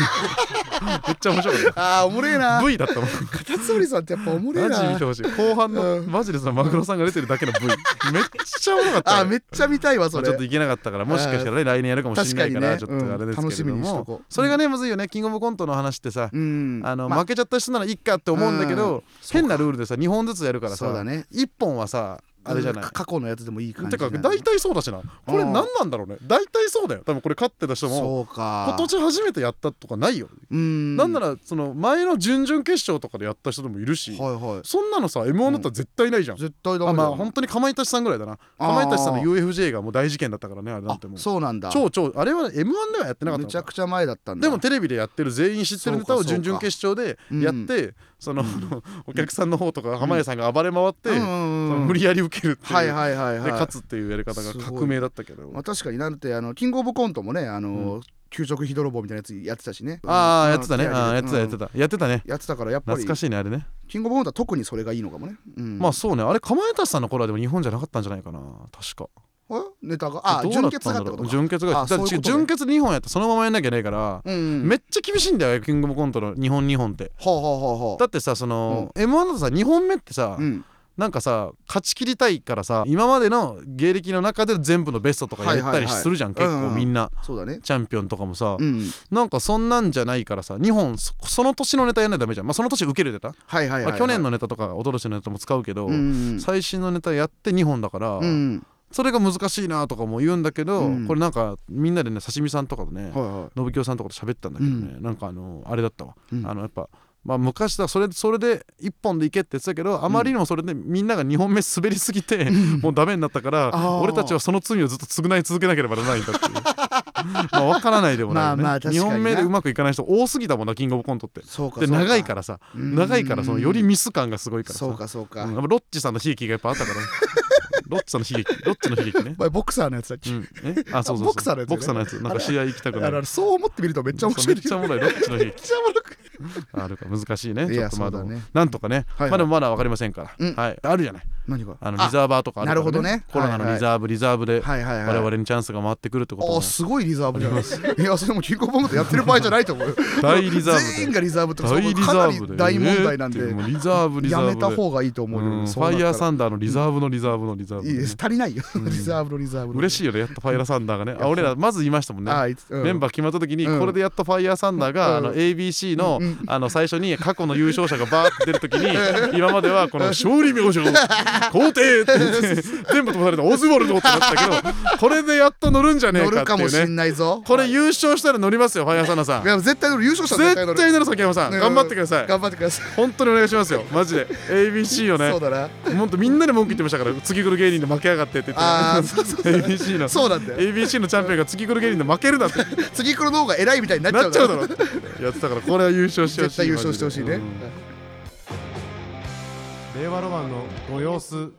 Speaker 1: めっちゃ面白かっ
Speaker 2: ああおもれ えな
Speaker 1: た V だったもん
Speaker 2: カタツムリさんってやっぱおもれえ
Speaker 1: マジ
Speaker 2: な
Speaker 1: 見てほしい後半の、
Speaker 2: うん
Speaker 1: マジでさマグロさんが出てるだけの V めっちゃ面白かった
Speaker 2: あーめっちゃ見たいわそ
Speaker 1: まあ
Speaker 2: れ
Speaker 1: ちょっといけなかったからもしかしたらね来年やるかもしれないから、ちょ
Speaker 2: 確
Speaker 1: っと
Speaker 2: かにね
Speaker 1: あれですけれども、
Speaker 2: うん楽しみにしとこう
Speaker 1: それがねむずいよねキングオブコントの話ってさ、
Speaker 2: うん
Speaker 1: あの
Speaker 2: まあ
Speaker 1: 負けちゃった人ならいいかって思うんだけど、
Speaker 2: うん
Speaker 1: 変なルールでさ2本ずつやるからさ
Speaker 2: そうだね
Speaker 1: 1本はさあれじゃない
Speaker 2: か過去のやつでもいい感じ
Speaker 1: て
Speaker 2: だ
Speaker 1: か
Speaker 2: よね
Speaker 1: 大体そうだしなこれ何なんだろうね大体そうだよ多分これ勝ってた人も
Speaker 2: そうか
Speaker 1: 今年初めてやったとかないよ、
Speaker 2: うん
Speaker 1: なんな
Speaker 2: ら
Speaker 1: らその前の準々決勝とかでやった人でもいるし、
Speaker 2: はいはい
Speaker 1: そんなのさ m 1だったら絶対ないじゃん、
Speaker 2: 絶対ダメだよ
Speaker 1: あまあ本当にかまいたちさんぐらいだなかまいたちさんの UFJ がもう大事件だったからねあれなんても
Speaker 2: あ
Speaker 1: う
Speaker 2: そうなんだ
Speaker 1: 超超あれは m 1ではやってなかった
Speaker 2: め
Speaker 1: の
Speaker 2: ちゃ
Speaker 1: か
Speaker 2: くちゃ前だったんだ
Speaker 1: でもテレビでやってる全員知ってるネタを準々決勝でやってその、 お客さんの方とか濱家さんが暴れ回って、
Speaker 2: うん
Speaker 1: そ
Speaker 2: うん
Speaker 1: の
Speaker 2: うん
Speaker 1: 無理やり受けるっていう、
Speaker 2: はいはいはいはい
Speaker 1: で勝つっていうやり方が革命だったけど
Speaker 2: まあ、確かになんてあのキングオブコントもねあの、給食費泥棒みたいなやつやってたしね
Speaker 1: ああ
Speaker 2: うん
Speaker 1: やってたね
Speaker 2: 手
Speaker 1: あーや
Speaker 2: 挙
Speaker 1: っ
Speaker 2: げ
Speaker 1: てたやって
Speaker 2: うん
Speaker 1: たやってたね
Speaker 2: やってたからやっぱり
Speaker 1: 懐かしいねあれね
Speaker 2: キングオブコントは特にそれがいいのかもね、うん、
Speaker 1: まあそうねあれかまやたちさんの頃はでも日本じゃなかったんじゃないかな確か
Speaker 2: あネタがあ
Speaker 1: どうな
Speaker 2: 純
Speaker 1: っ
Speaker 2: 潔
Speaker 1: たん
Speaker 2: が
Speaker 1: だ
Speaker 2: って
Speaker 1: ろ
Speaker 2: こ
Speaker 1: う
Speaker 2: とか
Speaker 1: 純潔が
Speaker 2: あ
Speaker 1: だ
Speaker 2: そうい
Speaker 1: っ
Speaker 2: うこ
Speaker 1: て
Speaker 2: とね
Speaker 1: 純潔2本やったらそのままやんなきゃいけないから、
Speaker 2: うんうん
Speaker 1: めっちゃ厳しいんだよキングオブコントの日本2本って
Speaker 2: ほうほうほうほう
Speaker 1: だってさその、M1 だとさ2本目ってさ、
Speaker 2: うん
Speaker 1: なんかさ勝ち切りたいからさ今までの芸歴の中で全部のベストとかやっ
Speaker 2: はい
Speaker 1: た
Speaker 2: はい
Speaker 1: り
Speaker 2: はい
Speaker 1: するじゃん、
Speaker 2: うん
Speaker 1: 結
Speaker 2: うん
Speaker 1: 構みんな
Speaker 2: そうだね
Speaker 1: チャンピオンとかもさ、
Speaker 2: うん
Speaker 1: なんかそんなんじゃないからさ2本そその年のネタやんないとダメじゃん、まあ、その年受けるネタ、
Speaker 2: はいはいはい、
Speaker 1: まあ、去年のネタとか一昨年のネタも使うけど、
Speaker 2: うんうん
Speaker 1: 最新のネタやって2本だから、
Speaker 2: うん
Speaker 1: それが難しいなとかも言うんだけど、
Speaker 2: うん
Speaker 1: これなんかみんなでね刺身さんとかとね、
Speaker 2: はいは
Speaker 1: 信清さんとかと喋ったんだけどね、なんかあのあれだったわ、
Speaker 2: うん
Speaker 1: あのやっぱまあ昔だそれそれで一本でいけって言ってたけどあまりにもそれでみんなが2本目滑りすぎ て、もうダメになったから
Speaker 2: あー
Speaker 1: 俺たちはその罪をずっと償い続けなければならないんだっていうまあ分からないでもないよね、
Speaker 2: まあまあ確かに
Speaker 1: 2
Speaker 2: な
Speaker 1: 本目でうまくいかない人多すぎたもんなキングオブコントって
Speaker 2: いそうか
Speaker 1: で
Speaker 2: そう
Speaker 1: 長いからさ
Speaker 2: うん
Speaker 1: 長いからそのよりミス感がすごいからさ
Speaker 2: そうかそうか、
Speaker 1: うんやっぱロッチさんの悲劇がやっぱあったから ロッチさんの悲劇ロッチの悲劇ね
Speaker 2: お前ボクサーのやつだっけ、
Speaker 1: うん、えあそうそうそう
Speaker 2: ボクサーのやつね
Speaker 1: ボクサーのやつなんか試合行きたくな
Speaker 2: あの
Speaker 1: る
Speaker 2: そう思ってみるとめっちゃ面
Speaker 1: そう
Speaker 2: 白い
Speaker 1: めっちゃおもろいロッチの悲劇
Speaker 2: ちゃおもろく
Speaker 1: あるか難しいね
Speaker 2: い
Speaker 1: ちょっ
Speaker 2: や
Speaker 1: とまだ
Speaker 2: そうだね
Speaker 1: なんとかね、
Speaker 2: はいはい
Speaker 1: まあでもまだ分かりませんから、
Speaker 2: うん
Speaker 1: はい、あるじゃない
Speaker 2: 何が
Speaker 1: あのリザーバーとかあるから、
Speaker 2: なるほどね
Speaker 1: コロナのリザーブ、リザーブで
Speaker 2: はいはいはい
Speaker 1: 我々にチャンスが回ってくるってこと
Speaker 2: あ
Speaker 1: も
Speaker 2: あすごいリザーブじゃないですかいやそれもキングオブコントやってる場合じゃないと思うよ
Speaker 1: 大 リザーブで
Speaker 2: 全員がリザーブとか
Speaker 1: 大リ
Speaker 2: かな
Speaker 1: ザーブ
Speaker 2: り
Speaker 1: で
Speaker 2: 大問題なんで、
Speaker 1: えーってもうリザーブリザー
Speaker 2: や
Speaker 1: ブ
Speaker 2: め
Speaker 1: で
Speaker 2: た方がいいと思うよ、
Speaker 1: うんフ
Speaker 2: そうなっ
Speaker 1: ァ
Speaker 2: た
Speaker 1: イ
Speaker 2: ら
Speaker 1: ヤーサンダーのリザーブのリザーブのリザーブ
Speaker 2: い
Speaker 1: で
Speaker 2: い
Speaker 1: ね、
Speaker 2: です足りないよ、リザーブのリザーブの
Speaker 1: 嬉しいよねやっとファイヤーサンダーがねあ俺らまず言いましたもんね
Speaker 2: ああいつ、うん
Speaker 1: メンバー決まった時に、
Speaker 2: うん
Speaker 1: これでやっとファイヤーサンダーが、
Speaker 2: うん
Speaker 1: あの ABC の,、あの最初に過去の優勝者がバーって出る時に今まではこの勝利 明星皇帝って言って全部飛ばされたオズワルドってなったけどこれでやっと乗るんじゃねえ
Speaker 2: 乗
Speaker 1: かっ
Speaker 2: る
Speaker 1: て
Speaker 2: かもし
Speaker 1: いうんね
Speaker 2: ないぞ
Speaker 1: これ優勝したら乗りますよファイヤーサンダーさん
Speaker 2: いや絶対乗る優勝者は
Speaker 1: 絶対乗る崎山さん
Speaker 2: うん
Speaker 1: 頑張ってください
Speaker 2: 頑張ってください
Speaker 1: 本当にお願いしますよマジで ABC を
Speaker 2: そ
Speaker 1: ね
Speaker 2: うだな
Speaker 1: ほんとみんなで文句言ってましたから次来る芸人で負けやがってって言って
Speaker 2: あーそうそう
Speaker 1: ABC の
Speaker 2: そうなんだよ
Speaker 1: ABC のチャンピオンが次来る芸人で負けるなって
Speaker 2: 次来るの方が偉いみたいになっちゃ
Speaker 1: なっ
Speaker 2: う
Speaker 1: ちゃうだろやってたからこれは優勝してほしい
Speaker 2: 絶対優勝してほしいね、
Speaker 1: うん
Speaker 2: はい
Speaker 3: 令和ロマンのご様子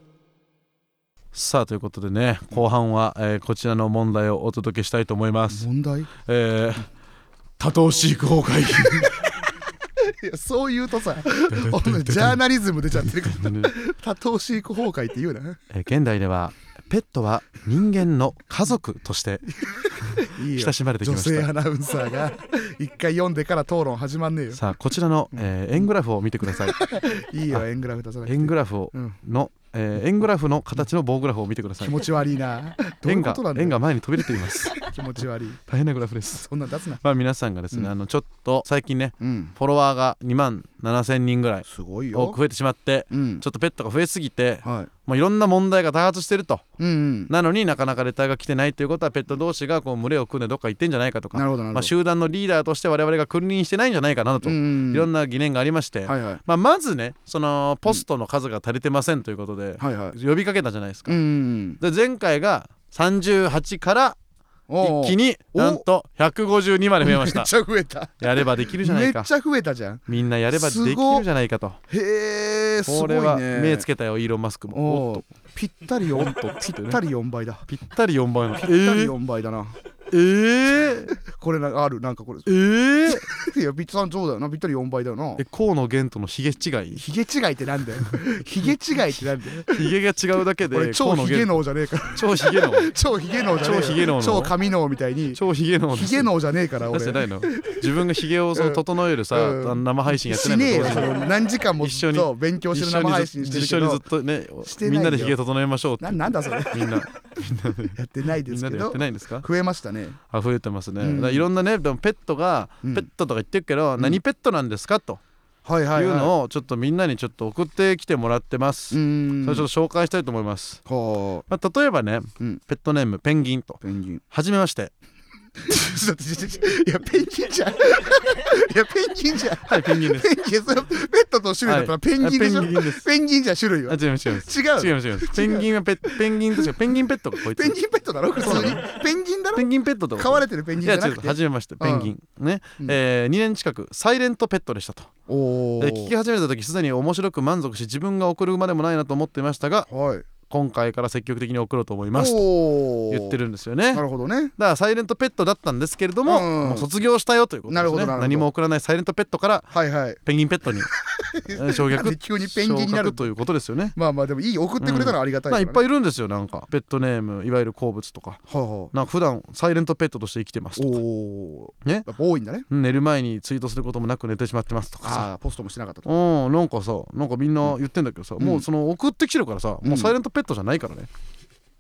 Speaker 1: さあということでね後半は、えーこちらの問題をお届けしたいと思います、
Speaker 2: 問題い
Speaker 1: えー多頭飼育崩壊
Speaker 2: やそう言 うとさお前ジャーナリズム出ちゃってるから多頭飼育崩壊って言うな
Speaker 1: えー現代ではペットは人間の家族として
Speaker 2: いい よ
Speaker 1: 親しまれてきま
Speaker 2: 女
Speaker 1: した
Speaker 2: 性アナウンサーが一回読んでから討論始ま んねえよ
Speaker 1: さあこちらの、えー円グラフを見てくださ い
Speaker 2: いいよ円グラフ出さなくて
Speaker 1: 円グラフを
Speaker 2: うん
Speaker 1: の、えー円グラフの形の棒グラフを見てください
Speaker 2: 気持ち悪いなど うい
Speaker 1: 円
Speaker 2: うこ
Speaker 1: が
Speaker 2: となんだ
Speaker 1: 円
Speaker 2: よ
Speaker 1: が前に飛び出ています
Speaker 2: 気持ち悪い
Speaker 1: 大変なグラフです
Speaker 2: そんなん出すな
Speaker 1: まあ皆さんがですね、あのちょっと最近ね
Speaker 2: うん
Speaker 1: フォロワーが2万7000人ぐらい
Speaker 2: すごい
Speaker 1: 多
Speaker 2: よ
Speaker 1: く増えてしまって
Speaker 2: うん
Speaker 1: ちょっとペットが増えすぎて、
Speaker 2: はい
Speaker 1: まあ、いろんな問題が多発してると
Speaker 2: うんうん
Speaker 1: なのになかなかレターが来てないということはペット同士がこう群れを組んでどっか行ってんじゃないかとか
Speaker 2: なるほどなる
Speaker 1: まあ、
Speaker 2: ほど
Speaker 1: 集団のリーダーとして我々が君臨してないんじゃないかなどと、
Speaker 2: うんうん
Speaker 1: いろんな疑念がありまして、
Speaker 2: はいはい
Speaker 1: まあ、まずねそのポストの数が足りてませんということで、
Speaker 2: はいはい
Speaker 1: 呼びかけたじゃないですか。
Speaker 2: うんうん
Speaker 1: で前回が38から
Speaker 2: おう
Speaker 1: 一気になんと152まで増えまし
Speaker 2: めったちゃ増えた
Speaker 1: やればできるじゃな
Speaker 2: め
Speaker 1: い
Speaker 2: っ
Speaker 1: か
Speaker 2: ちゃ増えたじゃん
Speaker 1: みんなやればできるじゃないかと
Speaker 2: へえす
Speaker 1: こ
Speaker 2: ごいね
Speaker 1: れは目つけたよイーロン・マスクもおっ
Speaker 2: お
Speaker 1: と
Speaker 2: うぴったり4
Speaker 1: とっつってね
Speaker 2: ぴったり4倍だ
Speaker 1: ぴったり4倍なの。え
Speaker 2: ぴったり4倍だな
Speaker 1: えー、
Speaker 2: これなんかあるなんかこれ
Speaker 1: えー、
Speaker 2: いやぴったりそうだよなぴったり4倍だ よな
Speaker 1: え河野源とのヒゲ違い
Speaker 2: ヒゲ違いってなんだよヒゲ違いってなんだよ
Speaker 1: ヒゲが違うだけで
Speaker 2: 俺超
Speaker 1: 河野
Speaker 2: ヒゲ
Speaker 1: 源
Speaker 2: 能じゃねえから
Speaker 1: 超ヒゲの
Speaker 2: 超ヒゲ能じゃねえよ
Speaker 1: 超ヒゲ能の
Speaker 2: 超髪能みたいに
Speaker 1: 超ヒゲの
Speaker 2: ヒゲ能じゃねえから
Speaker 1: 出
Speaker 2: 俺
Speaker 1: してないの自分がヒゲをその整えるさ、
Speaker 2: うんうん
Speaker 1: 生配信やって
Speaker 2: し
Speaker 1: な
Speaker 2: ねえ
Speaker 1: い
Speaker 2: よ
Speaker 1: の
Speaker 2: その何時間も
Speaker 1: 一緒に
Speaker 2: そう勉強してる
Speaker 1: 一緒
Speaker 2: 生
Speaker 1: に
Speaker 2: 配
Speaker 1: ず
Speaker 2: 信してる
Speaker 1: 一
Speaker 2: け
Speaker 1: 緒にず
Speaker 2: ど
Speaker 1: っとね
Speaker 2: してない
Speaker 1: み
Speaker 2: よ
Speaker 1: んなでヒゲ整えましょうって
Speaker 2: ななんだそれ
Speaker 1: みんな
Speaker 2: やってないで
Speaker 1: みん
Speaker 2: す
Speaker 1: な
Speaker 2: け
Speaker 1: でやっ
Speaker 2: ど
Speaker 1: てないんですか
Speaker 2: 増えましたね
Speaker 1: あ増えてますね、
Speaker 2: うん
Speaker 1: だからいろんなねでもペットが、
Speaker 2: うん
Speaker 1: ペットとか言ってるけど、
Speaker 2: ん
Speaker 1: 何ペットなんですかと
Speaker 2: はい
Speaker 1: い
Speaker 2: はいうは
Speaker 1: のをちょっとみんなにちょっと送ってきてもらってます、
Speaker 2: いうん
Speaker 1: それちょっと紹介したいと思います、
Speaker 2: は
Speaker 1: まあ、例えばね、
Speaker 2: うん
Speaker 1: ペットネームペンギンと
Speaker 2: あペンギン
Speaker 1: はじめまして
Speaker 2: ちょっとちょちょいやペンギンじゃんいやペンギンじゃん
Speaker 1: はいペンギンです
Speaker 2: ペンギンそれペットの種類だったらペンギンでしょ、
Speaker 1: はいあペンギンです
Speaker 2: ペンギンじゃん種 類
Speaker 1: あ
Speaker 2: は
Speaker 1: 違います違います
Speaker 2: 違う
Speaker 1: 違います違いますペンギンはペッペンギンと違うペンギンペットがこいつ
Speaker 2: ペンギンペットだろ普通にペンギンだ
Speaker 1: ペ
Speaker 2: ろ
Speaker 1: ンギンペットと
Speaker 2: 飼われてるペンギ
Speaker 1: い
Speaker 2: ンじ
Speaker 1: や
Speaker 2: ゃ
Speaker 1: 違
Speaker 2: な
Speaker 1: う
Speaker 2: くて
Speaker 1: 初めましてペンギンねえー2年近くサイレントペットでしたと
Speaker 2: おお
Speaker 1: で聞き始めた時すでに面白く満足し自分が送るまでもないなと思っていましたが
Speaker 2: はい
Speaker 1: 今回から積極的に送ろうと思いますと
Speaker 2: おー
Speaker 1: 言ってるんですよね
Speaker 2: なるほどね
Speaker 1: だからサイレントペットだったんですけれども,、
Speaker 2: うん
Speaker 1: もう卒業したよということで
Speaker 2: なる
Speaker 1: す
Speaker 2: ほど
Speaker 1: ね
Speaker 2: なるほど
Speaker 1: 何も送らないサイレントペットから
Speaker 2: はいはい
Speaker 1: ペンギンペットに え消
Speaker 2: なんで
Speaker 1: 却
Speaker 2: 急にペンギンに
Speaker 1: 昇
Speaker 2: なる
Speaker 1: 格ということですよね。
Speaker 2: まあまあでもいい送ってくれたらありがたい
Speaker 1: まあ、いっ
Speaker 2: い
Speaker 1: ぱいいるんですよなんかペットネームいわゆる好物とか
Speaker 2: はあはあ
Speaker 1: なんか普段サイレントペットとして生きてます
Speaker 2: お
Speaker 1: とか
Speaker 2: お
Speaker 1: ね
Speaker 2: やっぱ多いんだね
Speaker 1: 寝る前にツイートすることもなく寝てしまってますとかさ
Speaker 2: ああポストもしなかったと
Speaker 1: うんなんかさなんかみんな言ってんだけどさ、
Speaker 2: ん
Speaker 1: もうその送ってきてるからさ、
Speaker 2: うん
Speaker 1: もうサイレントペットじゃないからね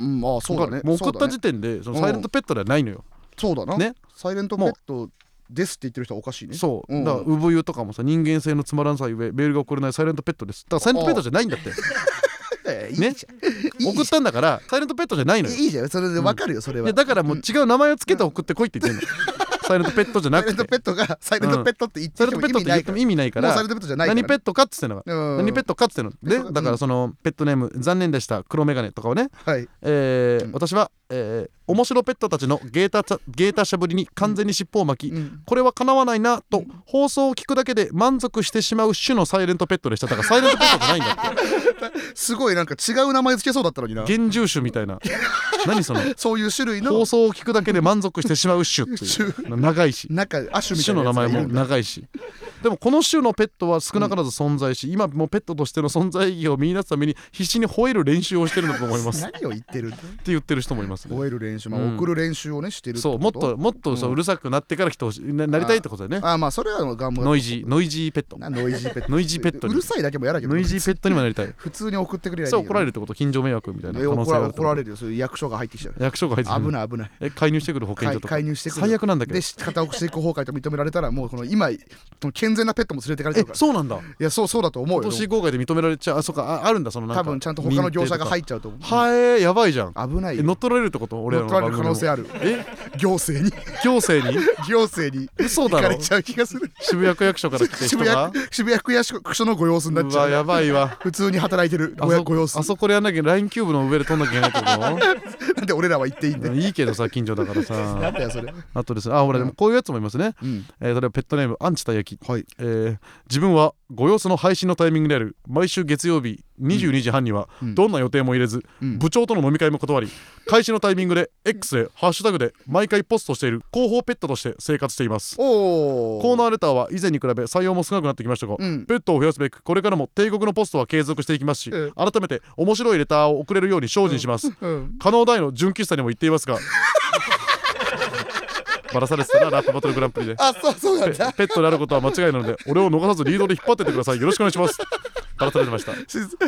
Speaker 2: うんああそうだ
Speaker 1: わか
Speaker 2: ね
Speaker 1: るもう送
Speaker 2: そう
Speaker 1: っ
Speaker 2: だ
Speaker 1: た
Speaker 2: ね
Speaker 1: 時点でそのサイレントペットではないのよ、
Speaker 2: そうだな
Speaker 1: ね
Speaker 2: サイレントペットですって言ってる人はおかしいね
Speaker 1: そう、
Speaker 2: うん
Speaker 1: だから産湯とかもさ人間性のつまらんさゆえメールが送れないサイレントペットですだからサイレントペットじゃないんだって
Speaker 2: えーいい
Speaker 1: ね送ったんだからサイレントペットじゃないのよ
Speaker 2: いいじゃんそれでわかるよそれ
Speaker 1: い
Speaker 2: は
Speaker 1: やだからもう違う名前をつけて送ってこいって言ってん のサイレントペットじゃ
Speaker 2: サ
Speaker 1: な
Speaker 2: イレ
Speaker 1: く
Speaker 2: ント
Speaker 1: て
Speaker 2: ペットがサイレントペットって言っ
Speaker 1: サ
Speaker 2: て
Speaker 1: イレ
Speaker 2: て
Speaker 1: ン
Speaker 2: も
Speaker 1: トペットって
Speaker 2: 意味な
Speaker 1: 言っ
Speaker 2: い
Speaker 1: て
Speaker 2: か
Speaker 1: も
Speaker 2: ら
Speaker 1: 意味ないか
Speaker 2: もう
Speaker 1: ら
Speaker 2: サイレントペットじゃないから
Speaker 1: 何ペットかっつってんのが
Speaker 2: うん
Speaker 1: 何ペットかっつってんのでだからそのペットネーム残念でした黒メガネとかをね
Speaker 2: はい
Speaker 1: えー私はえー面白ペットたちのゲータチャゲータしゃぶりに完全に尻尾を巻き
Speaker 2: うん
Speaker 1: これはかなわないなと放送を聞くだけで満足してしまう種のサイレントペットでしただからサイレントペットじゃないんだ って
Speaker 2: すごいなんか違う名前付けそうだったのにな
Speaker 1: 厳重種みたいな何その
Speaker 2: そういう種類 の
Speaker 1: 放送を聞くだけで満足してしまう種って いう長いし
Speaker 2: 中アシュみた
Speaker 1: 種
Speaker 2: い
Speaker 1: の
Speaker 2: な
Speaker 1: 名
Speaker 2: やつが
Speaker 1: 前も
Speaker 2: いるんだ
Speaker 1: 長いしでもこの種のペットは少なからず存在し、今もペットとしての存在意義を見出すために必死に吠える練習をしてるんだと思い ますって
Speaker 2: 何を言ってるんだ
Speaker 1: 言ってる人もいますね
Speaker 2: 覚える練習ま
Speaker 1: うん
Speaker 2: あ送る練習をねしてる
Speaker 1: そうもっともっとそううるさくなってから来てほしいななりたいってことだよね
Speaker 2: ああまあそれはガンモ
Speaker 1: ノイジーノイジーペット
Speaker 2: なノイジーペット
Speaker 1: ノイジーペット
Speaker 2: う
Speaker 1: に
Speaker 2: るさいだけもやらけど
Speaker 1: ノイジーペットにもなり たい
Speaker 2: 普通に送ってくれりゃいい
Speaker 1: それ怒られ
Speaker 2: る
Speaker 1: るってこと近所迷惑みたいな可能性
Speaker 2: 怒
Speaker 1: があ
Speaker 2: ら
Speaker 1: るって
Speaker 2: 怒
Speaker 1: こ
Speaker 2: ら
Speaker 1: と
Speaker 2: れるよそういう役所が入ってきちゃう
Speaker 1: 役所が入ってくる
Speaker 2: 危ない危ない
Speaker 1: え介入してくる保健所
Speaker 2: 介
Speaker 1: とか
Speaker 2: 介入してくる
Speaker 1: 最悪なんだけど
Speaker 2: で片送していく崩壊と認められたらもうこの今その健全なペットも連れてかれて
Speaker 1: え
Speaker 2: るから
Speaker 1: そうなんだ
Speaker 2: いやそうそうだと思う
Speaker 1: 今
Speaker 2: よ
Speaker 1: 年公開で認められちゃうあそうかああるんだそのなんか
Speaker 2: 多分ちゃんと他の業者が入っちゃうと思う
Speaker 1: はえやばいじゃん
Speaker 2: 危ない
Speaker 1: え
Speaker 2: よ
Speaker 1: 乗っ取られるってこと俺ら
Speaker 2: 乗
Speaker 1: の
Speaker 2: っ
Speaker 1: 番
Speaker 2: 取
Speaker 1: 組
Speaker 2: られる可能性ある
Speaker 1: え
Speaker 2: 行政に
Speaker 1: 行政に
Speaker 2: 行政に
Speaker 1: 嘘
Speaker 2: 行
Speaker 1: だ
Speaker 2: か
Speaker 1: ろ
Speaker 2: れちゃう気がする
Speaker 1: 渋谷区役所から来て人
Speaker 2: 渋
Speaker 1: が
Speaker 2: 谷区渋谷区役所のご様子になっ
Speaker 1: う
Speaker 2: ちゃ
Speaker 1: わ
Speaker 2: う
Speaker 1: やばいわ
Speaker 2: 普通に働いてる
Speaker 1: あ
Speaker 2: ごや
Speaker 1: そ
Speaker 2: ご様子
Speaker 1: あそこでやんなきゃラインキューブの上で飛んなきゃいけないってこ
Speaker 2: なんで俺らは行っていいんだ
Speaker 1: と
Speaker 2: よ
Speaker 1: いいけどさ近 所だから
Speaker 2: なん
Speaker 1: さ
Speaker 2: だよそれ
Speaker 1: あとですねあほらでもこういうやつもいますね、
Speaker 2: うん
Speaker 1: えー例えばペットネームアンチたい焼き、
Speaker 2: はい
Speaker 1: えー自分はご様子の配信のタイミングである毎週月曜日22時半には
Speaker 2: うん
Speaker 1: どんな予定も入れず、
Speaker 2: うん
Speaker 1: 部長との飲み会も断り開始のタイミングで X でハッシュタグで毎回ポストしている広報ペットとして生活しています
Speaker 2: おお
Speaker 1: コーナーレターは以前に比べ採用も少なくなってきましたが、
Speaker 2: うん
Speaker 1: ペットを増やすべくこれからも帝国のポストは継続していきますし、
Speaker 2: うん
Speaker 1: 改めて面白いレターを送れるように精進します、
Speaker 2: うん
Speaker 1: 可能大の純喫茶にも行っていますがバラされてたなラップバトルグランプリで
Speaker 2: あそうそう なん
Speaker 1: ペ
Speaker 2: だ
Speaker 1: ペットであることは間違いなので俺を逃さずリードで引っ張ってってくださいよろしくお願いしますバラされてました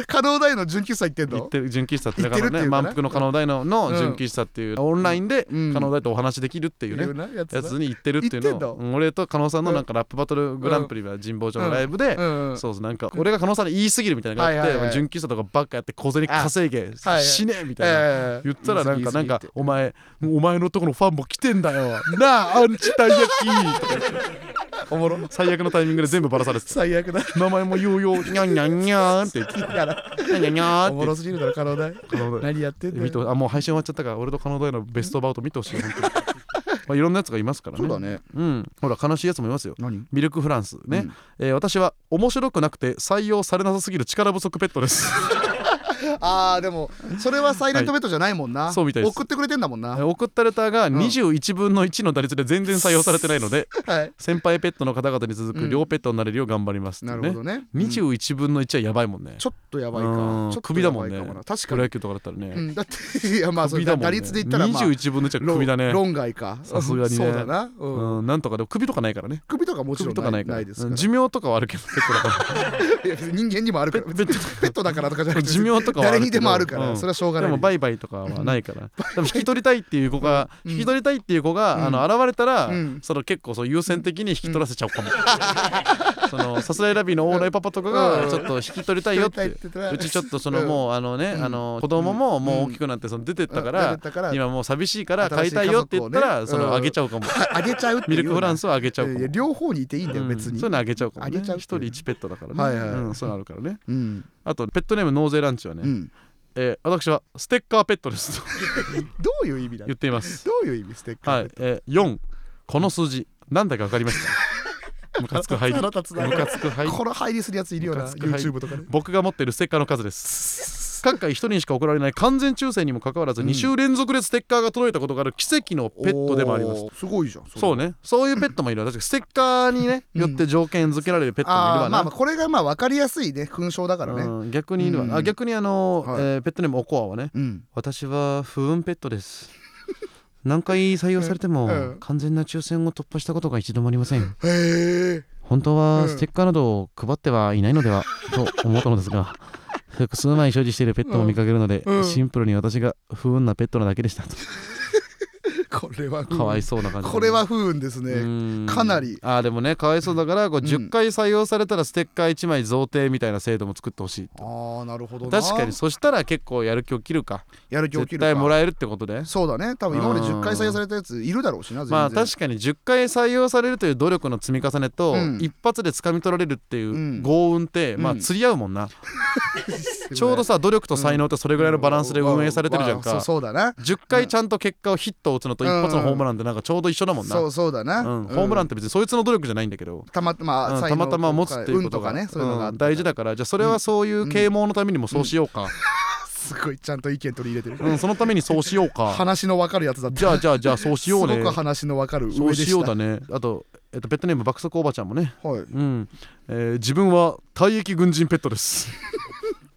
Speaker 2: 可能大の準急さ行ってん
Speaker 1: 行っ
Speaker 2: の
Speaker 1: てる純喫茶ってだか
Speaker 2: 行
Speaker 1: ら
Speaker 2: って
Speaker 1: ね
Speaker 2: るっていうか
Speaker 1: 満
Speaker 2: な
Speaker 1: 腹の可能大のの純喫茶っていう、オンラインで可
Speaker 2: うん
Speaker 1: 能大とお話できるっていうね、
Speaker 2: うなやつだ
Speaker 1: やつに行ってるっていうの
Speaker 2: 行
Speaker 1: を
Speaker 2: って
Speaker 1: うん俺と加納さんのなんかラップバトルグランプリは神保町のライブで、
Speaker 2: うんうん
Speaker 1: そうそうなんか俺が加納さんに言い過ぎるみたいなのがあっ
Speaker 2: は
Speaker 1: て、
Speaker 2: いはいはい
Speaker 1: 純喫茶とかばっかやって小銭稼げ、
Speaker 2: はい
Speaker 1: 死ねみたいな、
Speaker 2: ええ
Speaker 1: 言ったらなんかなんか
Speaker 2: 言い
Speaker 1: お前お前のとこのファンも来てんだよなあアンチたい焼きとか言っておもろ最悪のタイミングで全部バラされてた
Speaker 2: 過ぎ言って最悪だ
Speaker 1: 名前も言うよにゃんにゃんにゃんって言って
Speaker 2: だから
Speaker 1: にゃんにゃんにゃ
Speaker 2: お
Speaker 1: んっ
Speaker 2: も
Speaker 1: て
Speaker 2: ろすぎるだろ可能大
Speaker 1: 能大
Speaker 2: 何やってんだ
Speaker 1: 見て
Speaker 2: よ
Speaker 1: ほあもう配信終わっちゃったから俺と加納大のベストバウト見てほしい本当にまあいろんなやつがいますから
Speaker 2: そうだね
Speaker 1: うん、ほら悲しいやつもいますよ
Speaker 2: 何
Speaker 1: ミルクフランスね、えー私は面白くなくて採用されなさすぎる力不足ペットです
Speaker 2: あーでもそれはサイレントベッドじゃないもんな、
Speaker 1: いそうみたいです
Speaker 2: 送ってくれてんだもんな、は
Speaker 1: 送ったレターが21分の1の打率で全然採用されてないので、
Speaker 2: い、
Speaker 1: 先輩ペットの方々に続く両ペットになれるよう頑張ります、
Speaker 2: なるほどねうん
Speaker 1: 21分の1はやばいもんね
Speaker 2: ちょっとやばいか
Speaker 1: うん
Speaker 2: ちょっと
Speaker 1: 首だもんね
Speaker 2: やばいかな確か
Speaker 1: プ
Speaker 2: に
Speaker 1: ロ野球とかだったらね、
Speaker 2: うん、だっていやまあそれ
Speaker 1: 首だもんね
Speaker 2: 打率で言ったらまあ
Speaker 1: 21分の1は首だね
Speaker 2: 論論外か
Speaker 1: さすがにね
Speaker 2: そうだな、うん
Speaker 1: うん、なんとかでも首とかないからね
Speaker 2: 首とかもち
Speaker 1: 首
Speaker 2: ろん
Speaker 1: とか
Speaker 2: な
Speaker 1: ないいから
Speaker 2: ないですか
Speaker 1: うん
Speaker 2: ら
Speaker 1: 寿命とかはあるけどペットだから
Speaker 2: いや別に人間にもあるから別にペットだからとかじゃなくて
Speaker 1: 寿命とかはあるけど
Speaker 2: 誰にでもあるから、
Speaker 1: うん
Speaker 2: それはしょうが
Speaker 1: で
Speaker 2: ない
Speaker 1: もバイバイとかはないからでも引き取りたいっていう子が、
Speaker 2: うん
Speaker 1: 引き取りたいっていう子が、
Speaker 2: うん
Speaker 1: あの現れたら、
Speaker 2: うん
Speaker 1: その結構そう優先的に引き取らせちゃうかも、そのさすらいラビーのオーライパパとか
Speaker 2: う
Speaker 1: が
Speaker 2: ん
Speaker 1: ちょっと引き取りたいよっ
Speaker 2: 取
Speaker 1: て
Speaker 2: りたいって言ったら
Speaker 1: うちちょっとそうの
Speaker 2: ん
Speaker 1: もうあのね
Speaker 2: うん
Speaker 1: あの子供ももう大きくなってその出てったから
Speaker 2: だから
Speaker 1: 今もう寂しいから
Speaker 2: 新
Speaker 1: 買
Speaker 2: し
Speaker 1: い
Speaker 2: い家
Speaker 1: たいよって言った
Speaker 2: 族をね
Speaker 1: らそのあげちゃうかも
Speaker 2: ああげちゃうっていう
Speaker 1: ミルクフラン
Speaker 2: ス
Speaker 1: スはあげちゃうかも
Speaker 2: 両方にいていいんだよ
Speaker 1: うん
Speaker 2: 別に
Speaker 1: そういうのあげちゃうかも
Speaker 2: あげ
Speaker 1: ね
Speaker 2: ちゃう
Speaker 1: 一
Speaker 2: ってい
Speaker 1: 人1ペ
Speaker 2: う
Speaker 1: ットだから
Speaker 2: はいはいは
Speaker 1: ね
Speaker 2: い
Speaker 1: うんそういうのあるからね
Speaker 2: うん
Speaker 1: あとペットネーム納税ランチは
Speaker 2: う
Speaker 1: ね
Speaker 2: ん
Speaker 1: えー私はステッカーペットですと
Speaker 2: どういう意味だ
Speaker 1: 言っています
Speaker 2: どういう意味ステッカ
Speaker 1: は
Speaker 2: ー
Speaker 1: いえー4この数字なんだかわかりました ムカつく入りム
Speaker 2: 腹立つな
Speaker 1: カつく入り
Speaker 2: この入りするやついるよな
Speaker 1: ムカつく入り
Speaker 2: YouTube とかで
Speaker 1: 僕が持っているステッカーの数です各回一人にしか送られない完全抽選にもかかわらず2週連続でステッカーが届いたことがある奇跡のペットでもあります
Speaker 2: おーすごいじゃん
Speaker 1: そうねそういうペットもいるわ確かにステッカーにね
Speaker 2: うん
Speaker 1: よって条件付けられるペットもいる
Speaker 2: あ
Speaker 1: わ
Speaker 2: ーまあ
Speaker 1: な
Speaker 2: まあこれがまあ分かりやすいね勲章だからね
Speaker 1: うん逆にいるわな
Speaker 2: う
Speaker 1: あ
Speaker 2: ん
Speaker 1: 逆にあの
Speaker 2: はい
Speaker 1: えーペットネームおこわはね
Speaker 2: うん
Speaker 1: 私は不運ペットです何回採用されて
Speaker 2: うん
Speaker 1: も完全な抽選を突破したことが一度もありません
Speaker 2: へえ
Speaker 1: 本当
Speaker 2: うん
Speaker 1: はステッカーなどを配ってはいないの ではと思ったのですが複数枚所持しているペットも見かけるので、
Speaker 2: うんうん
Speaker 1: シンプルに私が不運なペットなだけでしたと
Speaker 2: これは不運
Speaker 1: かわいそうな感じだね、
Speaker 2: これは不運ですね
Speaker 1: ね
Speaker 2: かなり
Speaker 1: あーでもねかわいそうだからこう
Speaker 2: うん
Speaker 1: 10回採用されたらステッカー1枚贈呈みたいな制度も作ってほしいと
Speaker 2: ああなるほどな
Speaker 1: 確かにそしたら結構やる気を切るか
Speaker 2: やる気起き
Speaker 1: 絶
Speaker 2: るか
Speaker 1: 対もらえるってことで
Speaker 2: そうだね多分今まで
Speaker 1: うん
Speaker 2: 10回採用されたやついるだろうしな全然
Speaker 1: まあ確かに10回採用されるという努力の積み重ねと、
Speaker 2: うん
Speaker 1: 一発で掴み取られるってい
Speaker 2: うん
Speaker 1: う幸運って、ま
Speaker 2: う
Speaker 1: あ
Speaker 2: ん
Speaker 1: 釣り合うもんな、
Speaker 2: に
Speaker 1: ちょうどさ努力と才能ってそれぐらいのバランスで運営されてるじゃん
Speaker 2: うわ
Speaker 1: か
Speaker 2: そうそうだな
Speaker 1: 10回ちゃんと結果をヒットを打つのと
Speaker 2: う
Speaker 1: 一
Speaker 2: ん
Speaker 1: 発のホームランってなんかちょうど一緒だもんな、
Speaker 2: そううそうだな、
Speaker 1: んホームランって別にそいつの努力じゃないんだけど、
Speaker 2: たまたま、
Speaker 1: うん
Speaker 2: 才
Speaker 1: た
Speaker 2: 能
Speaker 1: またま持つっていう
Speaker 2: 運
Speaker 1: ことと
Speaker 2: か
Speaker 1: が、
Speaker 2: ねそういうのがあ
Speaker 1: う
Speaker 2: っ
Speaker 1: ん
Speaker 2: たら
Speaker 1: 大事だからじゃあそれはそういう啓蒙のためにもそうしようか、
Speaker 2: すごいちゃんと意見取り入れてる
Speaker 1: うんそのためにそうしようか
Speaker 2: 話の分かるやつだった
Speaker 1: じゃあじゃあじゃあそうしようね
Speaker 2: すごく話の分かる上でした
Speaker 1: そうしようだねあと、えっと、ペットネーム爆速おばちゃんもね
Speaker 2: はい
Speaker 1: うん、えー自分は退役軍人ペットです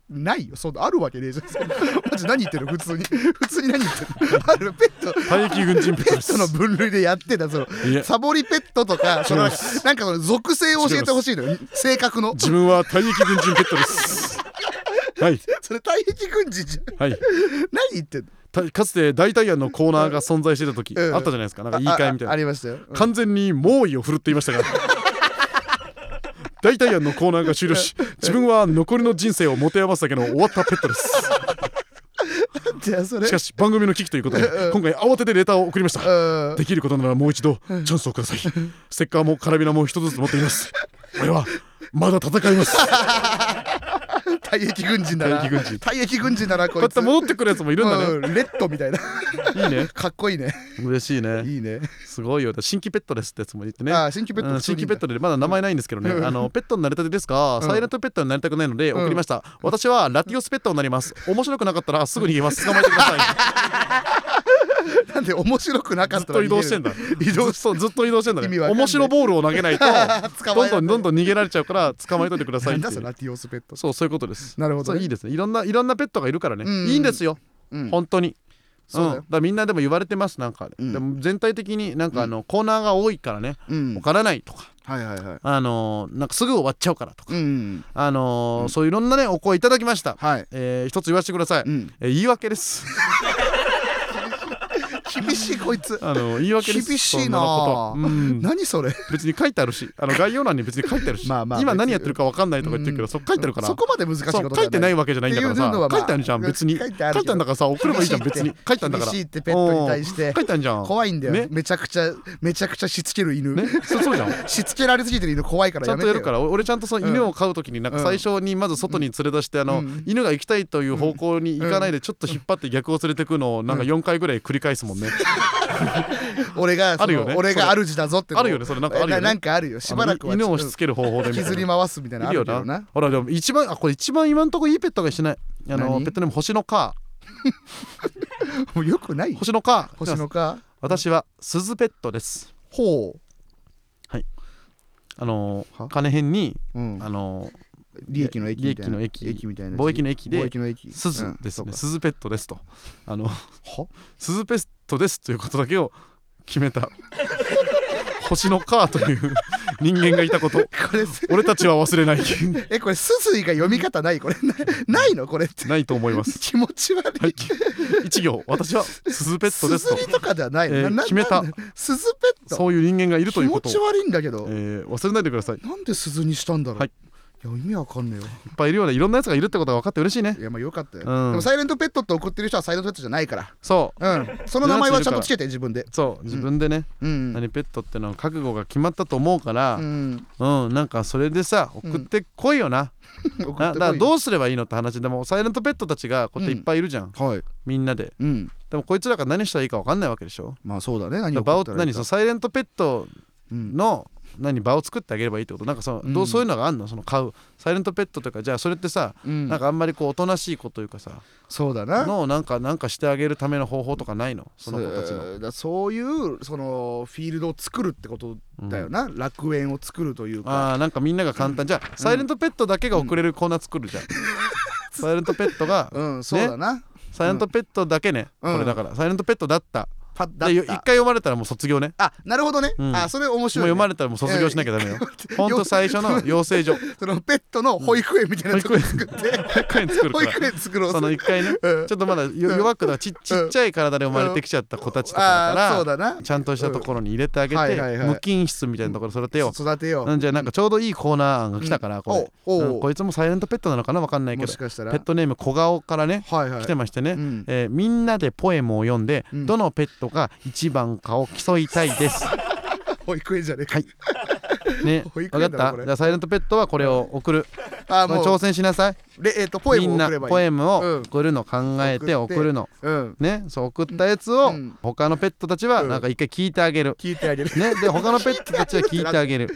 Speaker 2: ないよそんなあるわけねえじゃんそんなマジ何言ってるの普通に普通に何言ってるのあるペット
Speaker 1: 退役軍人ペット
Speaker 2: ペ
Speaker 1: で
Speaker 2: ッ
Speaker 1: す
Speaker 2: トの分類でやってたその
Speaker 1: いや
Speaker 2: サボりペットとかそのなんかその属性を教えてほしいのよ性格の
Speaker 1: 自分は退役軍人ペットです はい
Speaker 2: それ退役軍人じゃん
Speaker 1: はい
Speaker 2: 何言ってんの
Speaker 1: たかつて代替案のコーナーが存在してた時、
Speaker 2: うん
Speaker 1: あったじゃないですかなんか言い換え みたい
Speaker 2: ああ
Speaker 1: な
Speaker 2: ありましたようん
Speaker 1: 完全に猛威を振るっていましたが代替案のコーナーが終了し自分は残りの人生を持て余すだけの終わったペットです
Speaker 2: じゃあそれ
Speaker 1: しかし番組の危機ということで今回慌ててレターを送りました
Speaker 2: うん
Speaker 1: できることならもう一度チャンスをくださいステッカーもカラビナも一つずつ持っています俺はまだ戦い ます
Speaker 2: 退役軍人だな
Speaker 1: 退役軍人
Speaker 2: 退役軍人だなこ
Speaker 1: こうや
Speaker 2: い
Speaker 1: っ
Speaker 2: つ
Speaker 1: て戻ってくるやつもいるんだね、
Speaker 2: うんレッドみたいな
Speaker 1: いいね
Speaker 2: かっこいいね
Speaker 1: 嬉しいね
Speaker 2: いいね
Speaker 1: すごいよ新規ペットですってやつも言ってね
Speaker 2: あー新規ペット
Speaker 1: うん新規ペットでまだ名前ないんですけどね、
Speaker 2: うん
Speaker 1: あのペットになりたてですか、サイレントペットになりたくないので送りました、私はラティオスペットになります面白くなかったらすぐ逃げます捕まえてくだ さい
Speaker 2: なんで面白くなか
Speaker 1: ず
Speaker 2: っ
Speaker 1: った
Speaker 2: ら
Speaker 1: と
Speaker 2: 逃
Speaker 1: 移
Speaker 2: げる
Speaker 1: 動してんだ
Speaker 2: 移動し
Speaker 1: そうずっと移動してんだ
Speaker 2: 意
Speaker 1: ね
Speaker 2: 味わかんない
Speaker 1: 面白ボールを投げないと
Speaker 2: 捕ま
Speaker 1: どんど
Speaker 2: えられない
Speaker 1: んどんどん逃げられちゃうから捕まえといてくださ
Speaker 2: ない
Speaker 1: っ
Speaker 2: ん
Speaker 1: てい
Speaker 2: だ
Speaker 1: う
Speaker 2: それラティオスペット
Speaker 1: そうそういうことです
Speaker 2: なるほどね
Speaker 1: そういいですねいろんないろんなペットがいるからね、
Speaker 2: うん
Speaker 1: いいんですよ、
Speaker 2: うん
Speaker 1: 本当に
Speaker 2: そう
Speaker 1: ん、
Speaker 2: だよ
Speaker 1: だからみんなでも言われてますなんか、
Speaker 2: うん
Speaker 1: でも全体的になんかあの、コーナーが多いからね
Speaker 2: うん
Speaker 1: わからないとか、
Speaker 2: はいはいはい
Speaker 1: あのーなんかすぐ終わっちゃうからとか、
Speaker 2: うん
Speaker 1: あのーそういういろんなねお声いただきました、
Speaker 2: はい
Speaker 1: えー一つ言わせてください、
Speaker 2: うん
Speaker 1: えー言い訳です
Speaker 2: 厳しいこいつ
Speaker 1: あの言い訳です
Speaker 2: 厳しい
Speaker 1: そんな
Speaker 2: な
Speaker 1: ことうん
Speaker 2: 何それ
Speaker 1: 別に書いてあるしあの概要欄に別に書いてあるし
Speaker 2: まあまあ
Speaker 1: 今何やってるか分かんないとか言ってるけど、そう書いてあるから
Speaker 2: そこまで難しいことじゃ
Speaker 1: そう書いてないわけじゃないんだから
Speaker 2: っていうのは
Speaker 1: さ
Speaker 2: まあ
Speaker 1: 書いてあるじゃん別に
Speaker 2: 書
Speaker 1: 書
Speaker 2: い
Speaker 1: い
Speaker 2: て
Speaker 1: て
Speaker 2: あ
Speaker 1: あ
Speaker 2: るけど
Speaker 1: んだからさ送ればいいじゃん別に書いてあんだから
Speaker 2: 厳しいってペットに対して
Speaker 1: うん書いてあんじゃん
Speaker 2: 怖いんだよ
Speaker 1: ね
Speaker 2: めちゃくちゃめちゃくちゃしつける犬
Speaker 1: ねそそうじ ゃん
Speaker 2: しつけられすぎてる犬怖いから
Speaker 1: ちゃ
Speaker 2: や
Speaker 1: ん
Speaker 2: め
Speaker 1: と
Speaker 2: て
Speaker 1: や
Speaker 2: よ
Speaker 1: るからお俺ちゃんとその犬を飼う時になんか
Speaker 2: うん
Speaker 1: 最初にまず外に連れ出してあ
Speaker 2: う
Speaker 1: の
Speaker 2: ん
Speaker 1: 犬が行きたいという方向に行かないでちょっと引っ張って逆を連れてくのをなんか4回ぐらい繰り返すもんね
Speaker 2: 俺がそ
Speaker 1: あるよ
Speaker 2: の
Speaker 1: ね
Speaker 2: 俺が
Speaker 1: それ
Speaker 2: 主だぞっての
Speaker 1: あるよねそれなんかあるよね
Speaker 2: ななんかあるよしばらく
Speaker 1: あの
Speaker 2: はい
Speaker 1: 犬を押し付ける方法で
Speaker 2: 引
Speaker 1: み
Speaker 2: き
Speaker 1: た
Speaker 2: ず
Speaker 1: い
Speaker 2: り
Speaker 1: な
Speaker 2: 回すみたいなの
Speaker 1: い
Speaker 2: あ
Speaker 1: る
Speaker 2: る
Speaker 1: よ
Speaker 2: けど
Speaker 1: な
Speaker 2: な
Speaker 1: ほらでも一番あこれ一番今んとこいいペットがしてないあの
Speaker 2: 何
Speaker 1: ペットネーム星のカ
Speaker 2: もうよくない
Speaker 1: ー星のカー
Speaker 2: 星のか
Speaker 1: 私は鈴ペットです
Speaker 2: ほ
Speaker 1: あのー
Speaker 2: は
Speaker 1: 金編に
Speaker 2: う、うん
Speaker 1: あのー
Speaker 2: 利益の益みたいな
Speaker 1: 利益の益
Speaker 2: みたいな
Speaker 1: 貿易の駅で
Speaker 2: 貿易の駅
Speaker 1: 鈴ですね、
Speaker 2: うんそうか
Speaker 1: 鈴ペットですとあの鈴ペットですということだけを決めた星のカーという人間がいたこと
Speaker 2: これす
Speaker 1: 俺たちは忘れない
Speaker 2: えこれすずいが読み方ないこれなないのこれって
Speaker 1: ないと思います
Speaker 2: 気持ち悪
Speaker 1: はい
Speaker 2: い、
Speaker 1: 一行私はスズペット
Speaker 2: す
Speaker 1: です
Speaker 2: ず
Speaker 1: と
Speaker 2: りとかではないの、
Speaker 1: えー
Speaker 2: なな
Speaker 1: 決めた
Speaker 2: なんだすずペット
Speaker 1: そういう人間がいる
Speaker 2: 気
Speaker 1: という
Speaker 2: 持
Speaker 1: ことを
Speaker 2: ち、悪いんだけど、
Speaker 1: えー忘れないでくださいいっ
Speaker 2: なんで鈴にしたんだろう、
Speaker 1: はい
Speaker 2: い、や意味わかんねえよ
Speaker 1: ぱいいるようでいろんなやつがいるってことが分かって嬉しいね
Speaker 2: いやまあよかったよ、
Speaker 1: うん
Speaker 2: でもサイレントペットって送ってる人はサイレントペットじゃないから
Speaker 1: そう
Speaker 2: うんその名前はちゃんとつけて自分で
Speaker 1: そう自分でね、
Speaker 2: うん
Speaker 1: 何ペットってのは覚悟が決まったと思うから
Speaker 2: う、ん
Speaker 1: うん、なんかそれでさ送ってこいよな、
Speaker 2: 送
Speaker 1: な
Speaker 2: って
Speaker 1: だから
Speaker 2: こいよ
Speaker 1: どうすればいいのって話でもサイレントペットたちがこうやっていっぱいいるじゃん、
Speaker 2: はい
Speaker 1: みんなで
Speaker 2: うん
Speaker 1: でもこいつらが何したらいいか分かんないわけでしょ
Speaker 2: まあそうだね
Speaker 1: だ
Speaker 2: 何
Speaker 1: から
Speaker 2: を
Speaker 1: 場
Speaker 2: 送
Speaker 1: を
Speaker 2: ったらい
Speaker 1: 何
Speaker 2: い
Speaker 1: そ
Speaker 2: か
Speaker 1: のサイレントペット
Speaker 2: うん
Speaker 1: の何場を作ってあげればいいってことなんかその、どう
Speaker 2: う
Speaker 1: んそういうのがあんのその買うサイレントペットとかじゃあそれってさ、
Speaker 2: うん
Speaker 1: なんかあんまりこうおとなしい子というかさ
Speaker 2: そうだな
Speaker 1: のなんかなんかしてあげるための方法とかないのその子たちの、
Speaker 2: そうだそういうそのフィールドを作るってこと
Speaker 1: うん
Speaker 2: だよな、楽園を作るというか
Speaker 1: あーなんかみんなが簡単じゃあ、サイレントペットだけが送れるコーナー作るじゃん、サイレントペットが、
Speaker 2: うんそうだな、
Speaker 1: サイレントペットだけね、
Speaker 2: うん
Speaker 1: これだからサイレントペットだった
Speaker 2: パッだ
Speaker 1: で
Speaker 2: っ
Speaker 1: よ
Speaker 2: た
Speaker 1: 一回読まれたらもう卒業ねも
Speaker 2: あなるほどね、
Speaker 1: うん
Speaker 2: あそれ面
Speaker 1: う
Speaker 2: 白い、ね、
Speaker 1: 読まれたらもう卒業しなきゃダメよほんと最初の養成所
Speaker 2: そのペットの保育園みたいなところ作 って
Speaker 1: 保育園作る
Speaker 2: 保
Speaker 1: から
Speaker 2: 育園作ろう
Speaker 1: その一回ね
Speaker 2: うん
Speaker 1: ちょっとまだよ弱くだちちっちゃい体で生まれてきちゃった子たちとか
Speaker 2: ああーそう
Speaker 1: だか
Speaker 2: だな
Speaker 1: らちゃんとしたところに入れてあげ
Speaker 2: はいはい
Speaker 1: て
Speaker 2: はい
Speaker 1: 無菌室みたいなところに育てよ
Speaker 2: 育てよ
Speaker 1: うなんじゃなんかちょうどいいコーナー案が来たからこれ
Speaker 2: おうおう
Speaker 1: うんこいつもサイレントペットなのかなわかんな
Speaker 2: う
Speaker 1: いけ
Speaker 2: も
Speaker 1: ど
Speaker 2: しかしたら
Speaker 1: ペットネーム小顔からね
Speaker 2: はいはい
Speaker 1: 来てましてね
Speaker 2: うん
Speaker 1: えーみんなでポエムを読んで
Speaker 2: うん
Speaker 1: どのペットが一番かを競いたいです
Speaker 2: 保育園じゃねえか、
Speaker 1: はいね、
Speaker 2: 保
Speaker 1: 分
Speaker 2: 育
Speaker 1: か
Speaker 2: 園
Speaker 1: っ
Speaker 2: だな
Speaker 1: た
Speaker 2: これ
Speaker 1: じゃあサイレントペットはこれを送る
Speaker 2: あーもう
Speaker 1: 挑戦しなさい
Speaker 2: れえっ、とポエ
Speaker 1: み
Speaker 2: ム
Speaker 1: ん
Speaker 2: を
Speaker 1: な
Speaker 2: 送ればいい
Speaker 1: ポエム
Speaker 2: う
Speaker 1: を
Speaker 2: ん
Speaker 1: 送るの考えて
Speaker 2: 送って
Speaker 1: 送るの
Speaker 2: うん
Speaker 1: ねそう送ったやつを
Speaker 2: うん
Speaker 1: 他のペットたちは
Speaker 2: うん
Speaker 1: なんか一回聞いてあげる、
Speaker 2: 聞いてあげる、
Speaker 1: ねで他のペットたちは聞いてあげる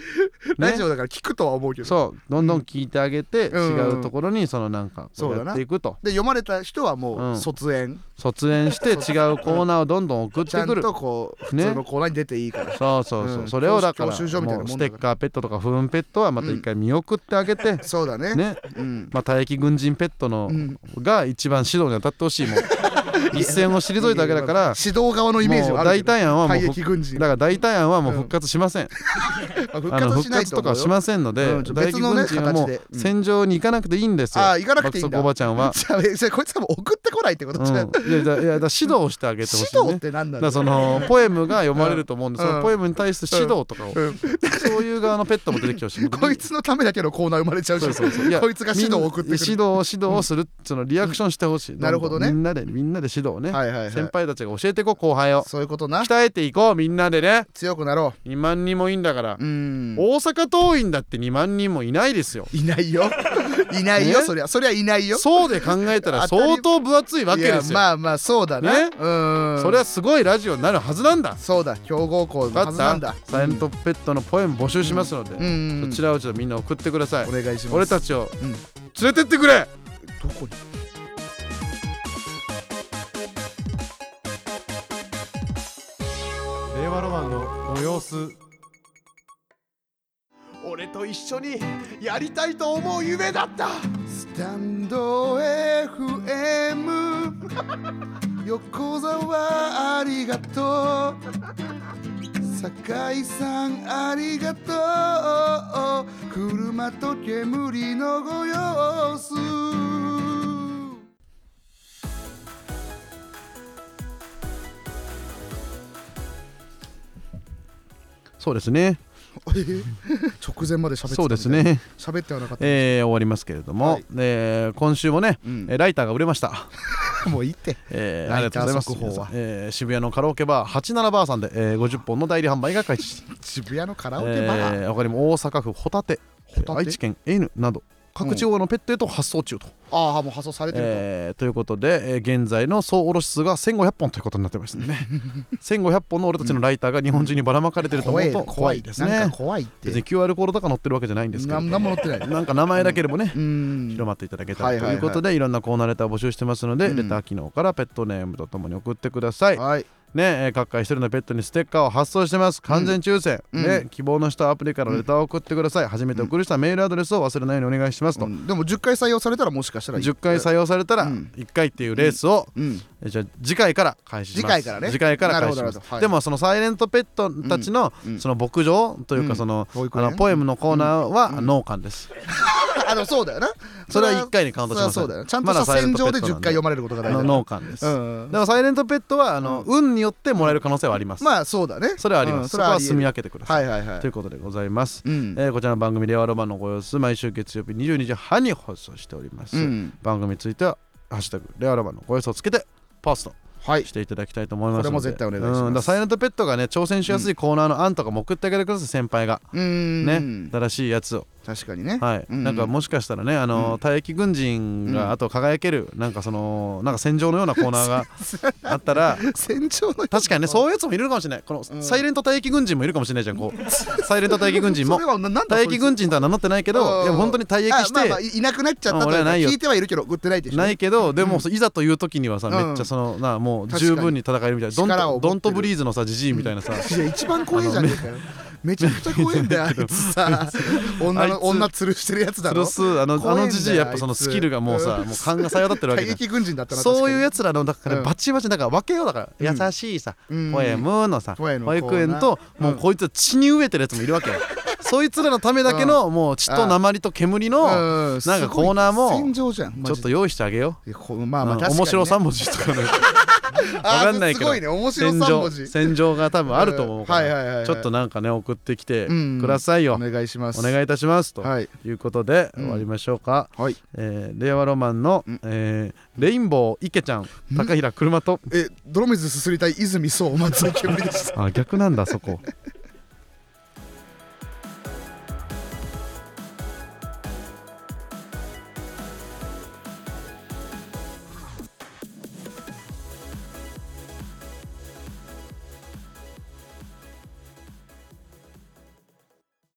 Speaker 2: ラ
Speaker 1: ね
Speaker 2: ジオだから聞くとは思うけど
Speaker 1: そうどんどん聞いてあげて、
Speaker 2: うん
Speaker 1: 違うところにそのなんかこ
Speaker 2: そう
Speaker 1: う
Speaker 2: だな
Speaker 1: やっていくと
Speaker 2: で読まれた人はも
Speaker 1: うん
Speaker 2: う卒園、
Speaker 1: 卒園して違うコーナーをどんどん送っ
Speaker 2: ちゃ
Speaker 1: て
Speaker 2: ん
Speaker 1: くる
Speaker 2: とこう普
Speaker 1: ね
Speaker 2: 通のコーナーに出ていいから、
Speaker 1: そうそうそう、
Speaker 2: うん
Speaker 1: それをだから
Speaker 2: 教習所みたいな
Speaker 1: も
Speaker 2: もん
Speaker 1: う
Speaker 2: だ
Speaker 1: ス
Speaker 2: から
Speaker 1: テッカーペットとか不運ペットはまた一回見送ってあげて、
Speaker 2: そうだね
Speaker 1: ね
Speaker 2: うん
Speaker 1: まあ、退役軍人ペットの、
Speaker 2: うん
Speaker 1: が一番指導に当たってほしいも ん一線を退いたわけだから
Speaker 2: 指導側のイメージ
Speaker 1: も
Speaker 2: は
Speaker 1: う
Speaker 2: あるけ
Speaker 1: 大体
Speaker 2: ど
Speaker 1: 案はもう
Speaker 2: 退
Speaker 1: 復
Speaker 2: 役軍人
Speaker 1: だから大体案はもう復活しません、
Speaker 2: あ復
Speaker 1: あの
Speaker 2: 活し
Speaker 1: 復
Speaker 2: ない
Speaker 1: 活
Speaker 2: と
Speaker 1: と
Speaker 2: 思う
Speaker 1: かは
Speaker 2: よ
Speaker 1: しませんので、
Speaker 2: うんちょっと
Speaker 1: 大
Speaker 2: 別
Speaker 1: 役
Speaker 2: のね
Speaker 1: 軍人はも
Speaker 2: 形で
Speaker 1: う
Speaker 2: うん
Speaker 1: 戦場に行かなくていいんですよ、
Speaker 2: あー行かなくていいん
Speaker 1: 爆
Speaker 2: だ
Speaker 1: 速おばちゃんは、
Speaker 2: じゃあえそれこいつはもう送ってこないってこと
Speaker 1: うん、
Speaker 2: じ
Speaker 1: い
Speaker 2: ゃ
Speaker 1: や
Speaker 2: あ、
Speaker 1: いやいやだから指導をしてあげてほしい
Speaker 2: 指導
Speaker 1: ね
Speaker 2: ってなん
Speaker 1: だ
Speaker 2: だ
Speaker 1: か
Speaker 2: ろ
Speaker 1: ら
Speaker 2: う
Speaker 1: そのポエムが読まれると思うんで、
Speaker 2: うん
Speaker 1: そのポエムに対して指導とかを、
Speaker 2: うん
Speaker 1: そういう側のペットも出てきてほしい
Speaker 2: こいつのためだけのコーナー生まれちゃうし
Speaker 1: そうそうそういや
Speaker 2: こいつが指導を送って
Speaker 1: み
Speaker 2: く
Speaker 1: ん指
Speaker 2: る
Speaker 1: 導を指導をする、そのリアクションしてほしい、
Speaker 2: んなるほどね
Speaker 1: んんみんなでみんなで指導をね、
Speaker 2: はいはいはい
Speaker 1: 先輩たちが教えていこう後輩を
Speaker 2: そういうことな
Speaker 1: 鍛えていこうみんなでね
Speaker 2: 強くなろ
Speaker 1: 2万人もいいんだから、
Speaker 2: ううん
Speaker 1: 大阪桐蔭だって2万人もいないですよ
Speaker 2: いないよいないよ
Speaker 1: ね
Speaker 2: そりゃそりゃいないよ
Speaker 1: そうで考えた ら相当分厚いわけですよ、
Speaker 2: いやまあまあそうだな
Speaker 1: ね
Speaker 2: うん
Speaker 1: それはすごいラジオになるはずなんだ
Speaker 2: そうだ強豪校の
Speaker 1: 分
Speaker 2: は
Speaker 1: かっ
Speaker 2: ずな
Speaker 1: た
Speaker 2: んだ
Speaker 1: サイレントペットのポエム募集しますので、
Speaker 2: うんうん
Speaker 1: そちらをちょっとみんな送ってください、
Speaker 2: お願いします
Speaker 1: 俺たちを
Speaker 2: うん
Speaker 1: 連れてってくれ
Speaker 2: どこに
Speaker 3: 令和ロマンのご様子
Speaker 2: 俺と一緒にやりたいと思う夢だったスタンド FM 横澤ありがとう酒井さんありがとう車と煙のご様子
Speaker 1: そうですね
Speaker 2: 直前まで喋ってたみたい
Speaker 1: そうですね、
Speaker 2: 喋ってはなかった、
Speaker 1: えー終わりますけれども、
Speaker 2: はい
Speaker 1: えー今週もね、
Speaker 2: うん
Speaker 1: えーライターが売れました、
Speaker 2: もういいって
Speaker 1: えーあり
Speaker 2: ラ
Speaker 1: が
Speaker 2: イ
Speaker 1: と
Speaker 2: タ
Speaker 1: うござ
Speaker 2: ー
Speaker 1: います
Speaker 2: 速報は
Speaker 1: えー渋谷のカラオケバー87バーさんで、えー50本の代理販売が開始
Speaker 2: 渋谷の カラオケバー、
Speaker 1: えー、他にも大阪府ホタテ
Speaker 2: ホタテ
Speaker 1: 愛知県 N など各地方のペットへと発送中と、
Speaker 2: ああもう発送されてると、
Speaker 1: えーということで、えー現在の総卸数が1500本ということになってます ね1500本の俺たちのライターが日本中にばらまかれてると思うと怖いです
Speaker 2: な
Speaker 1: ね
Speaker 2: んか怖いっ
Speaker 1: 別に
Speaker 2: て
Speaker 1: QR コードとか載ってるわけじゃないんですけど
Speaker 2: 何も乗ってない
Speaker 1: なんか名前だけでもね、
Speaker 2: うん
Speaker 1: 広まっていただけた
Speaker 2: は
Speaker 1: ら
Speaker 2: い
Speaker 1: と
Speaker 2: はいはい
Speaker 1: いうことでいろんなコーナーレターを募集してますので、
Speaker 2: うん
Speaker 1: レター機能からペットネームとともに送ってください、
Speaker 2: はい
Speaker 1: ねえー各界一人のペットにステッカーを発送してます完全抽選、
Speaker 2: うん
Speaker 1: で希望の人はアプリからレターを送ってください、初めて送る人はメールアドレスを忘れないようにお願いしますと、
Speaker 2: うんでも10回採用されたらもしかしたら
Speaker 1: 10回採用されたら
Speaker 2: うん
Speaker 1: 1回っていうレースを、
Speaker 2: うん
Speaker 1: えじゃあ次回から開始します
Speaker 2: 次回からね
Speaker 1: 次回から開始し
Speaker 2: な
Speaker 1: ま
Speaker 2: るほどなる
Speaker 1: す、
Speaker 2: ほどはい
Speaker 1: でもそのサイレントペットたちの、
Speaker 2: うんうん
Speaker 1: その牧場という
Speaker 2: う
Speaker 1: か
Speaker 2: ん
Speaker 1: その,、
Speaker 2: 保育
Speaker 1: あ
Speaker 2: 園
Speaker 1: のポエムのコーナーは農館です、
Speaker 2: あのそうだよな
Speaker 1: それは1回にカウントします
Speaker 2: そりゃそうだよなちゃんとした戦場で10回読まれることが
Speaker 1: あ
Speaker 2: 大事
Speaker 1: の
Speaker 2: だから
Speaker 1: 農館です、
Speaker 2: うんうん
Speaker 1: だからサイレントペットはあの、運によってもらえる可能性はあります、
Speaker 2: まあそうだね
Speaker 1: それはあり
Speaker 2: う
Speaker 1: ま
Speaker 2: ん
Speaker 1: す、そ
Speaker 2: そ
Speaker 1: こ
Speaker 2: れはあ
Speaker 1: は
Speaker 2: り
Speaker 1: 住み分けてください、
Speaker 2: はいはいはい
Speaker 1: ということでございます、
Speaker 2: うん
Speaker 1: えーこちらの番組「令和ロマン」のご様子毎週月曜日22時半に放送しております、
Speaker 2: うん
Speaker 1: 番組については「ハッシュタグ令和ロマン」のご様子をつけてポスト
Speaker 2: はい
Speaker 1: していただきたいと思いますので
Speaker 2: これも絶対お願いします
Speaker 1: うんだからサイレントペットがね挑戦しやすいコーナーの案とかも送ってあげてください先輩が
Speaker 2: うーん
Speaker 1: ね新しいやつを
Speaker 2: 確かにね
Speaker 1: はい
Speaker 2: うん
Speaker 1: なんかもしかしたらねあのー退役軍人
Speaker 2: うん
Speaker 1: があと輝けるなんかそのなんか戦場のようなコーナーがあった ら
Speaker 2: 戦場の
Speaker 1: 確かにねそういうやつもいるかもしれないこの
Speaker 2: うん
Speaker 1: サイレント退役軍人もいるかもしれないじゃんこうサイレント退役軍人も
Speaker 2: それはななんだ
Speaker 1: 退役軍人とは名乗ってないけ
Speaker 2: うん
Speaker 1: どいや本当に退役し
Speaker 2: あまあまあ
Speaker 1: て
Speaker 2: いいなくなっちゃったと
Speaker 1: うん俺
Speaker 2: か
Speaker 1: はないよ
Speaker 2: 聞いてはいるけど売ってないでしょ
Speaker 1: ないけどでもそういざという時にはさ
Speaker 2: うん
Speaker 1: めっちゃそのなもう
Speaker 2: 確か
Speaker 1: 十
Speaker 2: に
Speaker 1: 分に戦えるみたいなドン
Speaker 2: 力を持
Speaker 1: ト
Speaker 2: ってる
Speaker 1: ドントブリーズのさジジイみたいなさ
Speaker 2: いや一番怖えじゃねえかよめちゃくちゃ怖えん だよあいつさ女の
Speaker 1: あいつ
Speaker 2: 女吊るしてるやつだ
Speaker 1: そ
Speaker 2: ろ
Speaker 1: れすあの
Speaker 2: 怖
Speaker 1: あ
Speaker 2: えんだよ
Speaker 1: のじじいやっぱそ
Speaker 2: あ
Speaker 1: の
Speaker 2: いつ
Speaker 1: スキルがもうさ
Speaker 2: う
Speaker 1: も
Speaker 2: ん
Speaker 1: う勘がさよだってるわけ
Speaker 2: 退
Speaker 1: じゃん
Speaker 2: 役軍人だったな
Speaker 1: そういうや
Speaker 2: つ
Speaker 1: つらのだから
Speaker 2: う
Speaker 1: ね
Speaker 2: ん
Speaker 1: バチバチだから分けようだから優しいさ
Speaker 2: うん
Speaker 1: ポエムのさ
Speaker 2: ポ
Speaker 1: 保
Speaker 2: エの
Speaker 1: 育園と
Speaker 2: コーナ
Speaker 1: も
Speaker 2: ー
Speaker 1: うこいつは血に飢えてるやつもいるわ けよそいつらのためだけのもう血と鉛と煙の
Speaker 2: なん
Speaker 1: なんかコーナーも
Speaker 2: 戦場じゃん
Speaker 1: ちょっと用意してあげよ
Speaker 2: とま
Speaker 1: う
Speaker 2: あ
Speaker 1: う
Speaker 2: まあ
Speaker 1: ん
Speaker 2: 確かにね
Speaker 1: 面白3文字と かねわかんないけ
Speaker 2: あーす
Speaker 1: ど
Speaker 2: ごいね面白
Speaker 1: 戦
Speaker 2: 三文
Speaker 1: 場
Speaker 2: 字
Speaker 1: 戦場が多分あると思うか
Speaker 2: うんはいはいはいは
Speaker 1: ら
Speaker 2: い
Speaker 1: ちょっとなんかね送ってきて
Speaker 2: うん
Speaker 1: くださいよ
Speaker 2: お願いします
Speaker 1: お願いいたしますと
Speaker 2: はい
Speaker 1: いうことで
Speaker 2: うん
Speaker 1: 終わりましょうか
Speaker 2: はい
Speaker 1: えー令和ロマンの、えーレインボー池ちゃん高平車と
Speaker 2: え泥水すすりたい泉そう松井煙でした
Speaker 1: あ逆なんだそこ